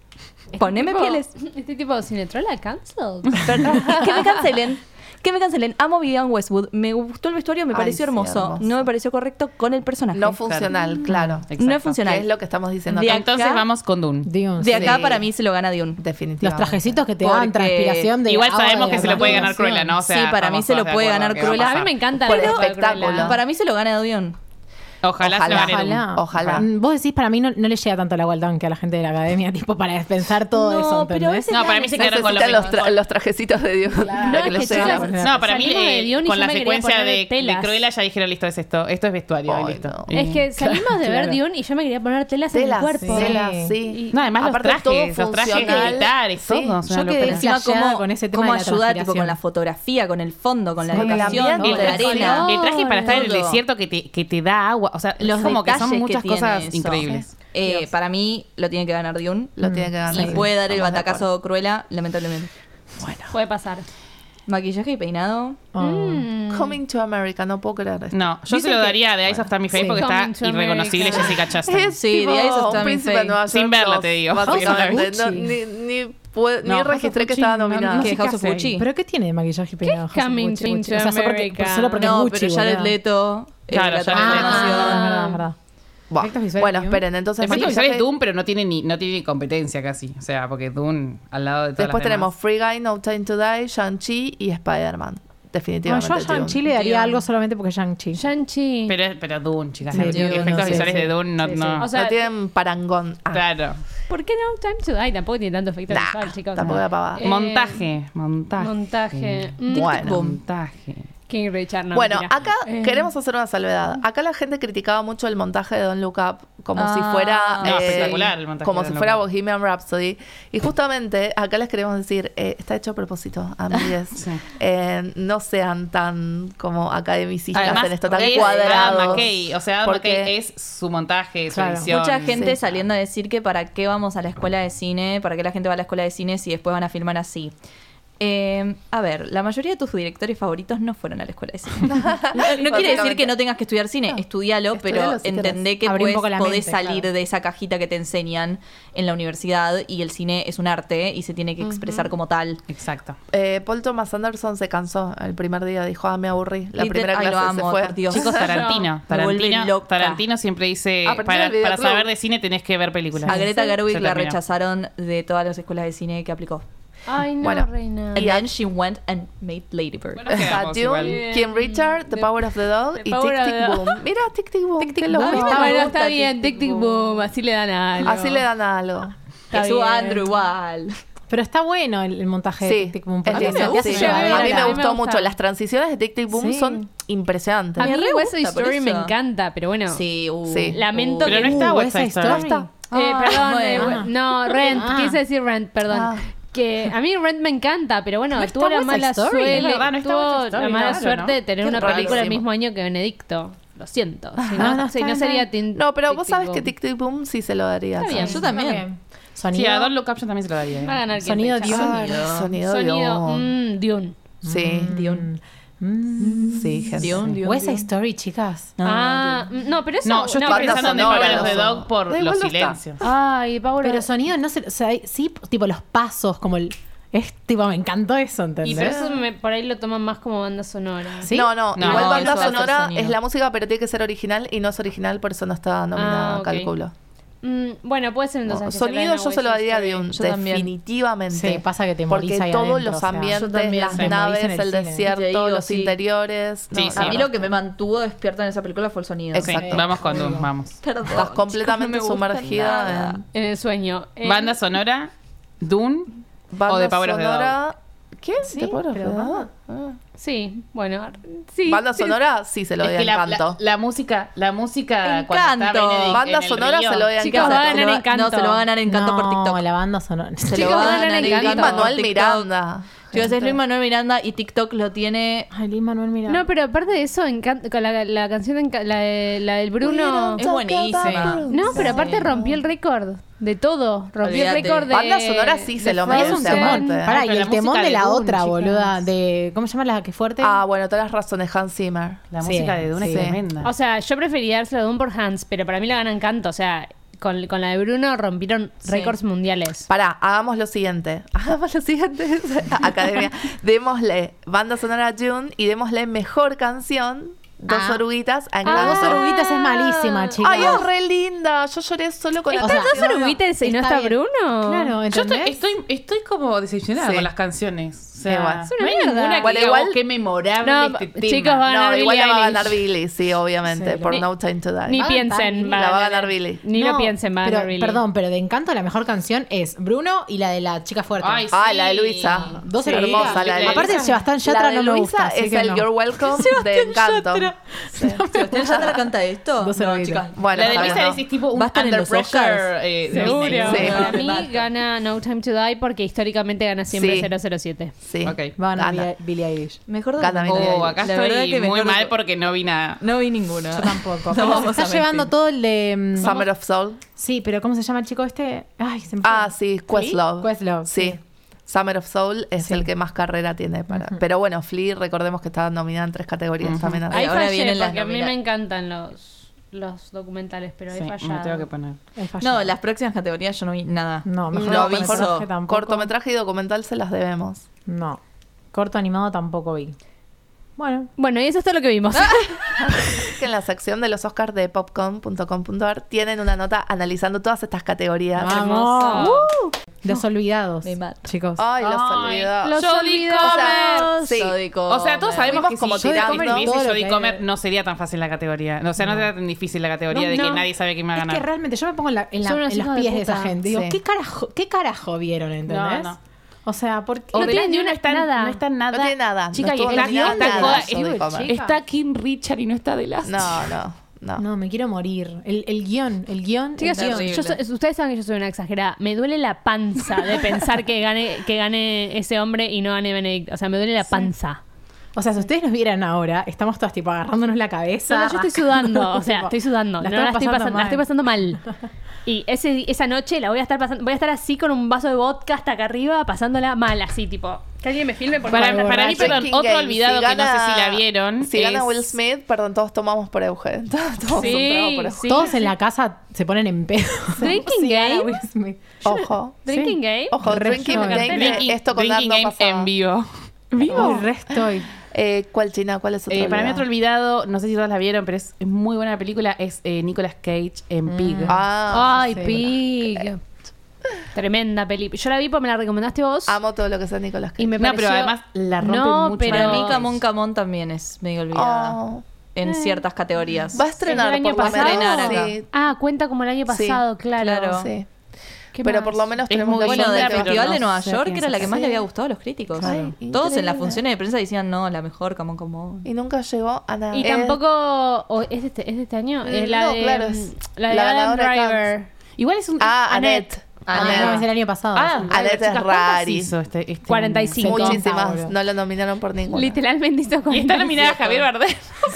Poneme
Tipo,
pieles.
Este tipo de cinetrola cancel.
Mm.
que me cancelen. Que me cancelen. Amo Vivian Westwood. Me gustó el vestuario, me
Ay,
pareció
sí,
hermoso.
hermoso.
No me pareció correcto con el personaje.
No funcional, claro.
No es funcional.
Que es lo que estamos diciendo.
De
acá.
Entonces acá- vamos
con Dune.
De acá
Sí.
para mí se lo gana Dune.
Definitivamente.
los trajecitos que te dan
Porque-
transpiración de
Igual sabemos
ahora,
que se lo puede ganar
transpiración.
Cruella, ¿no? O sea,
sí, para mí
estamos
se lo
todos de
puede
acuerdo
ganar
que va a
Cruella.
pasar.
A mí me encanta
Por
la ropa de
espectáculo.
Cruella.
Para mí se lo gana Dion.
Ojalá se lo
Ojalá.
ganen un-
Ojalá.
Mm, Vos decís, para mí no, no le llega tanto la Waldown que a la gente de la academia, tipo, para dispensar todo
No,
eso.
pero
¿entendés?
ese No,
para mí se quedaron con lo
Necesitan los,
mismo.
tra- los trajecitos de Dios. para que
es
los
que
hagan.
chicas, No, para mí, Salimos de
eh,
guión y
con
yo
la
me quería
secuencia
poner
de,
telas.
de Cruella ya dijeron, listo, es esto. Esto es vestuario, y listo.
Es que salimos de ver
Claro.
Dune y yo me quería poner telas, en el
Telas,
cuerpo.
telas,
Sí.
sí.
No, además
Aparte,
los trajes,
todo
los trajes
funcional.
militares,
Sí.
todos.
Yo
una
quedé
locura.
encima
Flasheada
cómo,
con ese tema
cómo
de la
ayudar tipo,
transpiración.
con la fotografía, con el fondo, con la
Con el
decoración,
ambiente,
con la
el color.
arena.
El traje para estar en el
Todo.
desierto que te, que te da agua. O sea, es
Los
como que son
detalles
muchas
que tiene
cosas
eso.
increíbles.
Eh, para mí lo tiene que ganar Dune.
Lo tiene que
Y
ganar.
puede dar el
Estamos de acuerdo.
batacazo Cruella, lamentablemente.
Puede pasar.
Maquillaje y peinado.
Ah,
Oh.
Mm.
Coming to America, no puedo creer esto.
No, yo se lo daría de Eyes of Tammy Faye
Sí.
porque
Coming to
está
America.
irreconocible Jessica Chastain.
Es
Sí,
tipo
The Eyes of
un
Tammy
príncipe
Faye.
de Nueva
Sin
York,
verla,
no,
te digo.
básicamente.
House of
No, ni ni, pude- ni
No, House of
registré que
Gucci,
estaba
no, no,
nominada.
no
que
sé
es House
qué
of
hacer.
Gucci.
¿Pero qué tiene de maquillaje peinado? House of
Coming
Gucci,
to
Gucci? O sea, solo porque-
America.
solo porque
No,
es Gucci,
pero ya Jared
boluda.
Leto. eh,
Claro,
la
Jared Leto.
Ah, es
transformación.
verdad, es verdad.
Buah.
Efectos visuales,
Bueno,
¿no?
esperen, entonces.
Después
maquillaje-
visuales Doom, pero no tiene ni no tiene ni competencia casi. O sea, porque Doom al lado de todas
Después
las
tenemos
demás.
Free Guy, No Time to Die, Shang-Chi y Spider-Man.
No,
Definitivamente.
yo a
Dune.
Shang-Chi le daría
Dune.
algo solamente porque es Shang-Chi.
Shang-Chi.
Pero, pero Doom, chicas.
Sí,
los
Dune,
efectos
sí,
visuales
sí.
de Doom no.
Sí, sí.
no.
O sea,
no tienen parangón. Ah,
claro.
¿por qué no Time to Die? Tampoco tiene tanto efecto
Nah,
visual, chicos.
tampoco la pavada.
Eh,
montaje, montaje.
Montaje. Mm.
Bueno.
Montaje.
King Richard, no,
bueno,
mentira.
acá
Eh,
queremos hacer una salvedad. Acá la gente criticaba mucho el montaje de Don Look Up como
Ah.
si fuera eh,
No, espectacular el montaje
como
de
si
Don't
fuera
Look Up.
Bohemian Rhapsody y justamente acá les queremos decir eh, está hecho a propósito, amigues. Eh, no sean tan como academicistas en esto tan
es
cuadrados.
Adam McKay. Ah, O sea, Adam
porque
McKay es su montaje, su
Claro.
edición.
Mucha gente
Sí.
saliendo a decir que para qué vamos a la escuela de cine, para qué la gente va a la escuela de cine si después van a filmar así. Eh, a ver, la mayoría de tus directores favoritos no fueron a la escuela de cine. no quiere decir que no tengas que estudiar cine, estudialo,
estudialo
pero
si
querés.
entendé que
Abrí un
puedes-
poco la
podés
mente,
salir
claro.
de esa cajita que te enseñan en la universidad y el cine es un arte y se tiene que expresar como tal.
Exacto.
Eh, Paul Thomas Anderson se cansó el primer día, dijo, ah, me aburrí. La
Liter-
primera
Ay,
clase
lo amo,
se fue.
por Dios.
Chicos, Tarantino.
Me vuelve
Tarantino,
loca.
Tarantino siempre dice,
Aprendí
para,
el videoclub.
para saber de cine tenés que ver películas.
A Greta Gerwig
Se
la
terminó.
rechazaron de todas las escuelas de cine que aplicó.
Ay, no,
Bueno,
reina.
And then she went and made Lady Bird.
Bueno, quedamos
Dune,
igual.
Kim Richard, The Power of the Dog
The
y Tic
Power of
Tic
the
Boom. Mira, Tic Tic Boom. qué
Boom.
loco.
Está
bueno,
Me gusta
está bien. Tic Tic Boom. Así le dan algo.
Así le dan algo.
Está
Jesús
bien.
Andrew igual.
Pero está bueno el, el montaje de
Sí,
Tic Tic Boom.
es
porque
lindo,
te hace
sí.
llevar
Yo
a mí
la-
me
a mí me
gustó
gusta.
mucho. Las transiciones de Tic Tic Boom
Sí.
son impresionantes.
A mí
Me re
West Side
gusta por
Story me
eso.
encanta, pero bueno.
Sí, uh,
Sí.
Lamento
Pero
que
no está
Uh,
West
esa
Side Story.
historia.
Eh, perdón,
Ah, bueno.
eh, bueno, no, Rent,
Ah.
quise decir Rent, perdón.
Ah.
Que a mí Rent me encanta, pero bueno,
está
tuvo la
West Side
mala,
Story.
suele-
Es verdad, no está
tuvo
West Side Story,
la mala
claro,
suerte
¿no?
de tener
Qué
una película el
rarísimo.
mismo año que Benedicto. Lo siento. Si no,
No, no
si
está
no
mal.
sería Tin-
No, pero
Tic
vos
Tic
sabés
Boom.
que Tic Tic Boom sí se lo daría.
Está bien.
¿sabes?
Yo también.
Sí, a Don
Sonido.
Look Up yo también se lo daría. eh.
Va a ganar quien
Sonido
rechaza.
Dune.
Ah, Sonido,
Sonido
Dion.
mm, Dune.
Sí,
Dion.
sí, gente.
Dion, Dion,
West Side
Dion.
Story, chicas.
ah, mm, no, pero eso.
No, yo estoy
banda
pensando en The
sonora,
Power of the
no.
Dog por
Da igual,
los
no está.
silencios.
Ay, Power
Pero sonido no se. O sea, hay- sí, tipo los pasos, como el. Es tipo, me encantó eso,
Y pero
¿entendés?
eso me- por ahí lo toman más como banda sonora.
¿Sí?
No, no,
No,
igual
eso
banda
va a ser
sonora
sonido.
es la música, pero tiene que ser original y no es original, por eso no está nominada,
Ah, ok.
calculo.
Mm, bueno, puede ser entonces. que se la den
Sonido
a
yo
West
se lo
Side
daría a
Story.
Dune,
Yo también.
definitivamente.
Sí, pasa que te
Porque
morís ahí
todos
adentro, o
los
sea.
ambientes,
Yo también.
las
Te
morís
naves,
en el
el,
cine.
desierto,
Te digo,
los
sí.
interiores.
Sí,
No,
sí.
no,
A mí
no.
lo que me mantuvo despierta en esa película fue el sonido.
Sí,
Exacto.
vamos con Doom, vamos.
Perdón,
Estás completamente
chicos, no me gusta
sumergida
nada.
en
En el sueño. Eh,
Banda sonora, Dune
banda
o The Power of the Dog.
sonora. ¿Qué? ¿The Power of the Dog?
Sí, bueno, sí.
Ah. Banda
sí,
sonora, sí se lo doy
Es que la,
Encanto.
la- la música, la música
Encanto.
cuando está Benedict en
Banda
el
sonora
río.
se lo doy a
Chicos,
Se
va a
Encanto.
ganar
lo
Encanto.
No, se lo va a ganar Encanto por
No,
TikTok.
la banda sonora.
Se
Chicos,
lo va
va a
a
ganar
ganar
Encanto.
Encanto.
Luis Manuel
por TikTok.
Miranda.
Yo decía, es Luis Manuel Miranda y TikTok lo tiene...
Ay, Lin Manuel, mira.
No, pero aparte de eso, encan- con la, la canción, de Enca- la, de- la del Bruno.
Es buenísima.
No, pero aparte rompió el récord de todo. Rompió el
Olvídate.
récord de.
Banda sonora sí se
de
lo
Frozen.
merece, aparte.
Pará, y
Pero la
el temón
música
de
de
la
Dune,
otra,
chicas.
boluda. De, ¿Cómo se llama la que fuerte?
Ah, bueno, todas las razones, Hans Zimmer.
La
Sí,
música de Dune
sí.
es tremenda.
O sea, yo prefería dársela a Doom por Hans, pero para mí la ganan canto. O sea, con, con la de Bruno rompieron récords mundiales.
Pará, hagamos lo siguiente. Hagamos lo siguiente. Academia. Démosle banda sonora a June y démosle mejor canción. Dos
Ah.
oruguitas a
La dos
Encanto.
oruguitas es malísima, chicas.
Ay, es re linda. Yo lloré solo con
O
la
sea,
canción.
dos oruguitas y no está
bien.
Bruno?
Claro,
Yo estoy,
¿entendés?
estoy, estoy como decepcionada
Sí.
con las canciones.
igual.
es una mierda.
Bueno, igual-
qué memorable
No,
este tema.
chicos, va a ganar
No, igual
Billie
la va a
Eilish.
ganar Billy, sí, obviamente,
Sí, lo-
por
Ni-
No Time to Die.
Ni
Ah,
piensen,
La va a ganar Billy.
Ni lo
No,
piensen, va a
pero,
ganar Billie.
Perdón, pero de Encanto la mejor canción es Bruno y la de la chica fuerte.
Ay, sí.
Ah, la de Luisa.
Dos
Sí,
hermosas.
hermosa la de Luisa.
Aparte, Sebastián Yatra
la de
no me
Luisa
gusta. así
es
que
el
no.
You're Welcome de Encanto. Sí.
¿Sebastián Yatra canta esto?
Dos
No,
hermanitas.
chicas.
Bueno,
La de
está bien,
Lisa
no.
es tipo un
Va a estar en
under
los
pressure.
Oscars.
eh, de
Seguro.
Sí.
Para
Sí.
mí gana No Time to Die porque históricamente gana siempre
Sí.
007.
Sí.
Ok.
Va a ganar
Gana.
Billie- Billie Eilish.
Mejor de
Gana Billie
Oh,
Eilish.
acá
La verdad
estoy
que me
muy
enorgullece.
mal porque no vi nada.
No vi ninguna.
Yo tampoco.
No
Pero se
vamos
está
a
llevando
mentir.
todo el de. mm,
Summer of Soul.
Sí, pero ¿cómo se llama el chico este? Ay, se me fue.
Ah, sí, Questlove.
Questlove,
Sí.
sí.
Summer of Soul es
Sí.
el que más carrera tiene. para Pero bueno, Flea, recordemos que está nominada en tres categorías también.
Ahí
Ahora
fallé
vienen las
porque a mí me
nominadas.
encantan los, los documentales, pero
Sí,
he
me
fallado.
tengo que poner.
He fallado.
No, las próximas categorías yo no vi nada.
No, mejor
no
no,
vi
mejor
cortometraje
eso.
tampoco.
Cortometraje y documental se las debemos.
No. Corto animado tampoco vi. Bueno.
Bueno, y eso es todo lo que vimos.
que en la sección de los Oscars de popcom.com.ar tienen una nota analizando todas estas categorías.
¡Vamos! ¡Uh! Los olvidados.
Me mato.
Chicos.
Ay, los
Ay,
olvidó.
los
Jodie
olvidamos.
Comer.
Sí.
O sea, todos sabemos
Fuimos
que
como
si Jodie
tirando.
Comer hubiese
Todo lo
Jodie
que-
Comer no sería tan fácil la categoría. O sea, no, sería tan difícil la categoría
No,
de que
no.
nadie sabe quién va a
Es que
ganar.
realmente yo me pongo en, la- en la-
Son unos
en los
hijos de
pies de, esa
puta.
gente. Digo,
Sí.
¿qué, carajo, ¿qué carajo vieron, entendés?
No, no.
O sea, porque
O
No tiene
Belén
ni
Dion
una-
está en-
nada.
No está en nada.
No tiene nada.
Chica,
No
y
estuvo
está,
nominada
está
nada,
joda.
Jodie
Es-
Comer.
está Kim Richard y no está de las.
No, no, no.
No, me quiero morir. El, el guión, el guión.
Chicas,
el
yo-
guión.
yo soy- ustedes saben que yo soy una exagerada. Me duele la panza de pensar que gane, que gane ese hombre y no gane Benedict. O sea, me duele la panza.
O sea, si ustedes nos vieran ahora, estamos todas tipo agarrándonos la cabeza.
No, no, yo estoy sudando, o sea, estoy sudando. No, la, estoy pasando, la estoy pasando mal. Y ese, esa noche la voy a estar pasando, voy a estar así con un vaso de vodka hasta acá arriba, pasándola mal, así tipo. Que alguien me filme por
Para,
favor.
para mí,
borracho.
perdón,
Drinking
otro
Game.
olvidado que
Si
no sé
gana-
si la vieron.
Si gana
es-
Will Smith, perdón, todos tomamos por Eugen. Todos tomamos un trago por Eugen.
Sí,
Todos
sí,
en
sí.
la casa se ponen en pedo.
Drinking
Sí, gana
Game.
Will Smith.
Ojo.
Drinking Game.
Ojo,
Re
Drinking
joven.
Game,
Drinking,
de esto con Dando
Drinking Game en vivo.
¿Vivo? Re estoy.
Eh, ¿Cuál China? ¿Cuál es otro?
Eh, para mí
olvidado?
otro olvidado, no sé si todas la vieron, pero es muy buena película, es eh, Nicolas Cage en Pig.
Ah,
Ay,
Sí.
pig. Tremenda peli. Yo la vi porque me la recomendaste vos.
amo todo lo que sea Nicolás Cage.
y me
no, pero
pareció-
además la rompe
No,
mucho.
pero-
Para mí,
No.
Camón Camón también es medio olvidada.
Oh.
Eh.
En ciertas categorías.
Va a estrenar
¿Es del año
por lo
pasado?
menos.
Estrenar acá.
Sí,
Ah, cuenta como el
Sí,
año pasado, claro.
claro.
sí.
¿Qué
Pero
más?
por lo menos
Es
tenemos
muy
la
Bueno,
Yo
del
la- pero
Festival
no
de Nueva
sé
York,
quién
que era la que
es.
más le había gustado a los críticos.
Ay,
Todos en
increíble.
las funciones de prensa decían, no, la mejor Camón Camón.
Y nunca llegó a nada.
Y
Eh,
tampoco. o ¿es, de este, ¿Es de este año? Es la
Mm, No,
de. mm,
claro, es
la de
la
Adam
ganadora de
Driver.
Igual es un...
Ah, Annette.
Ah,
Annette.
no, es del año pasado.
Ah,
sí.
Annette
chicas,
es
¿cuántas
rari.
hizo este- este
45.
año?
Muchísimas.
Pablo.
No lo nominaron por ninguna.
Literalmente hizo con
Y está nominada Javier Bardem.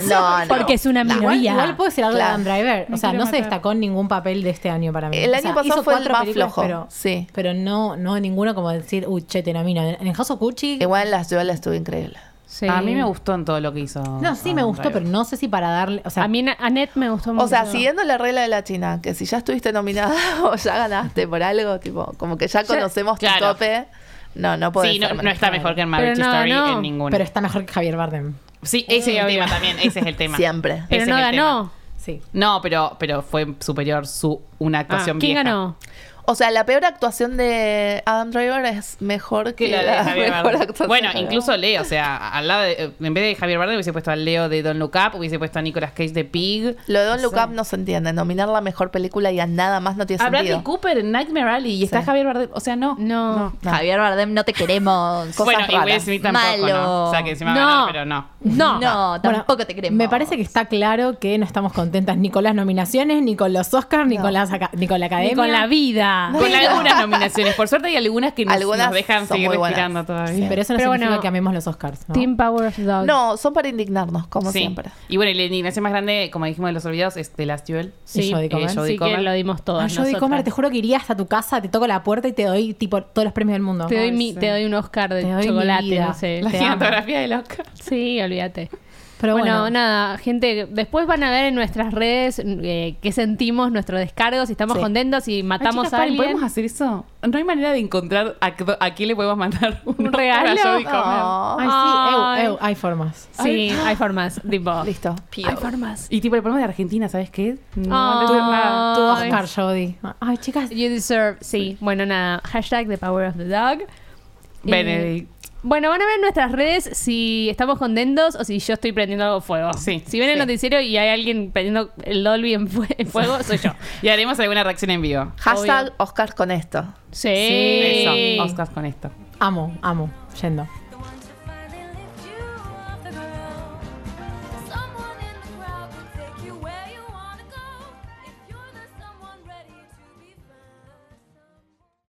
No, no.
Porque es una
Igual,
minoría.
igual puedo decir algo
Claro.
de Adam Driver.
Me
o sea,
quiero
no se
matar.
destacó en ningún papel de este año para mí.
El
O
año
sea,
pasado
hizo
fue el
cuatro
más
películas,
flojo.
Pero,
Sí.
pero no, no ninguno como decir, uy, che, te nomino. En House of Gucci.
Igual las duelas estuvo increíble.
Sí.
A mí me gustó en todo lo que hizo.
No, sí me gustó, pero no sé si para darle. O sea,
A mí Na- Annette me gustó mucho.
O sea, siguiendo la regla de la China, que si ya estuviste nominada o ya ganaste por algo, tipo, como que ya conocemos tu
claro.
tope. No, no puede
Sí, no,
ser.
no está mejor que en Marriage
Pero no,
Story
no.
en ninguna.
pero está mejor que Javier Bardem.
Sí, ese es el tema también, ese es el tema.
Siempre.
Pero
Ese
no
es el
ganó.
Sí.
No, pero, pero fue superior su una
Ah,
actuación
¿Quién
vieja.
ganó?
O sea, la peor actuación de Adam Driver es mejor que,
Que la de Javier
mejor
Bardem.
actuación
Bueno,
de-
incluso Leo, o sea, al lado de- en vez de Javier Bardem hubiese puesto al Leo de Don Look Up, hubiese puesto a Nicolas Cage de Pig.
Lo de Don Look Up no se entiende. Nominar la mejor película y a nada más no tiene
A Bradley
sentido.
Cooper en Nightmare Alley y está
Sí.
Javier Bardem, o sea, no.
No.
Javier Bardem, no te queremos.
bueno, y Will
raras.
Smith tampoco,
Malo.
¿no? O sea, que encima
No.
ganó, pero no.
No.
No,
Bueno,
tampoco te queremos.
Me parece que está claro que no estamos contentas ni con las nominaciones, ni con los Oscars, ni, con las aca- ni con la academia.
Ni con la vida.
Con algunas nominaciones. Por suerte hay algunas que nos,
Algunas
nos dejan
son
seguir
muy buenas.
respirando todavía.
Pero eso no
Pero
significa
bueno.
que amemos los Oscars. ¿no?
Team Power of Dog.
No, son para indignarnos, como
Sí.
siempre.
Y bueno, y la indignación más grande, como dijimos de los olvidados, es The Last Duel.
Sí.
Eh,
Jodie Comer.
Jodie
sí que
Comer.
lo dimos todos.
Ah, yo de comer, te juro que iría hasta tu casa, te toco la puerta y te doy tipo todos los premios del mundo.
Te doy, mi-
sí.
te doy un Oscar
Te
de
doy mi
chocolate,
vida.
no sé.
La
Te amo.
cinematografía de loca.
Sí, olvídate.
Pero
bueno,
bueno,
nada, gente, después van a ver en nuestras redes eh, qué sentimos, nuestros descargos, si estamos
Sí.
contentos, si
Ay,
matamos
chicas,
a
paren,
alguien.
¿Podemos hacer eso? No hay manera de encontrar a, qué- a quién le podemos mandar un,
¿Un regalo?
para Jodie Comer.
No.
Ay, sí,
Ay.
eu, eu, hay formas.
Sí, hay formas, tipo.
Listo.
Hay formas.
Y tipo, el problema de Argentina, ¿sabes qué? No,
Ay.
no tuvieron nada.
Tu
Ay.
Oscar, Jody. Ay, chicas.
You deserve, sí. Bueno, nada, hashtag the power of the dog. Y-
Benedict.
Bueno, van a ver en nuestras redes si estamos contentos o si yo estoy prendiendo algo fuego. si ven el noticiero y hay alguien prendiendo el Dolby en, fue- en fuego, soy yo.
Y haremos alguna reacción en vivo.
Hashtag Oscar con esto.
Sí.
Eso, Oscars con esto.
Amo, amo, yendo.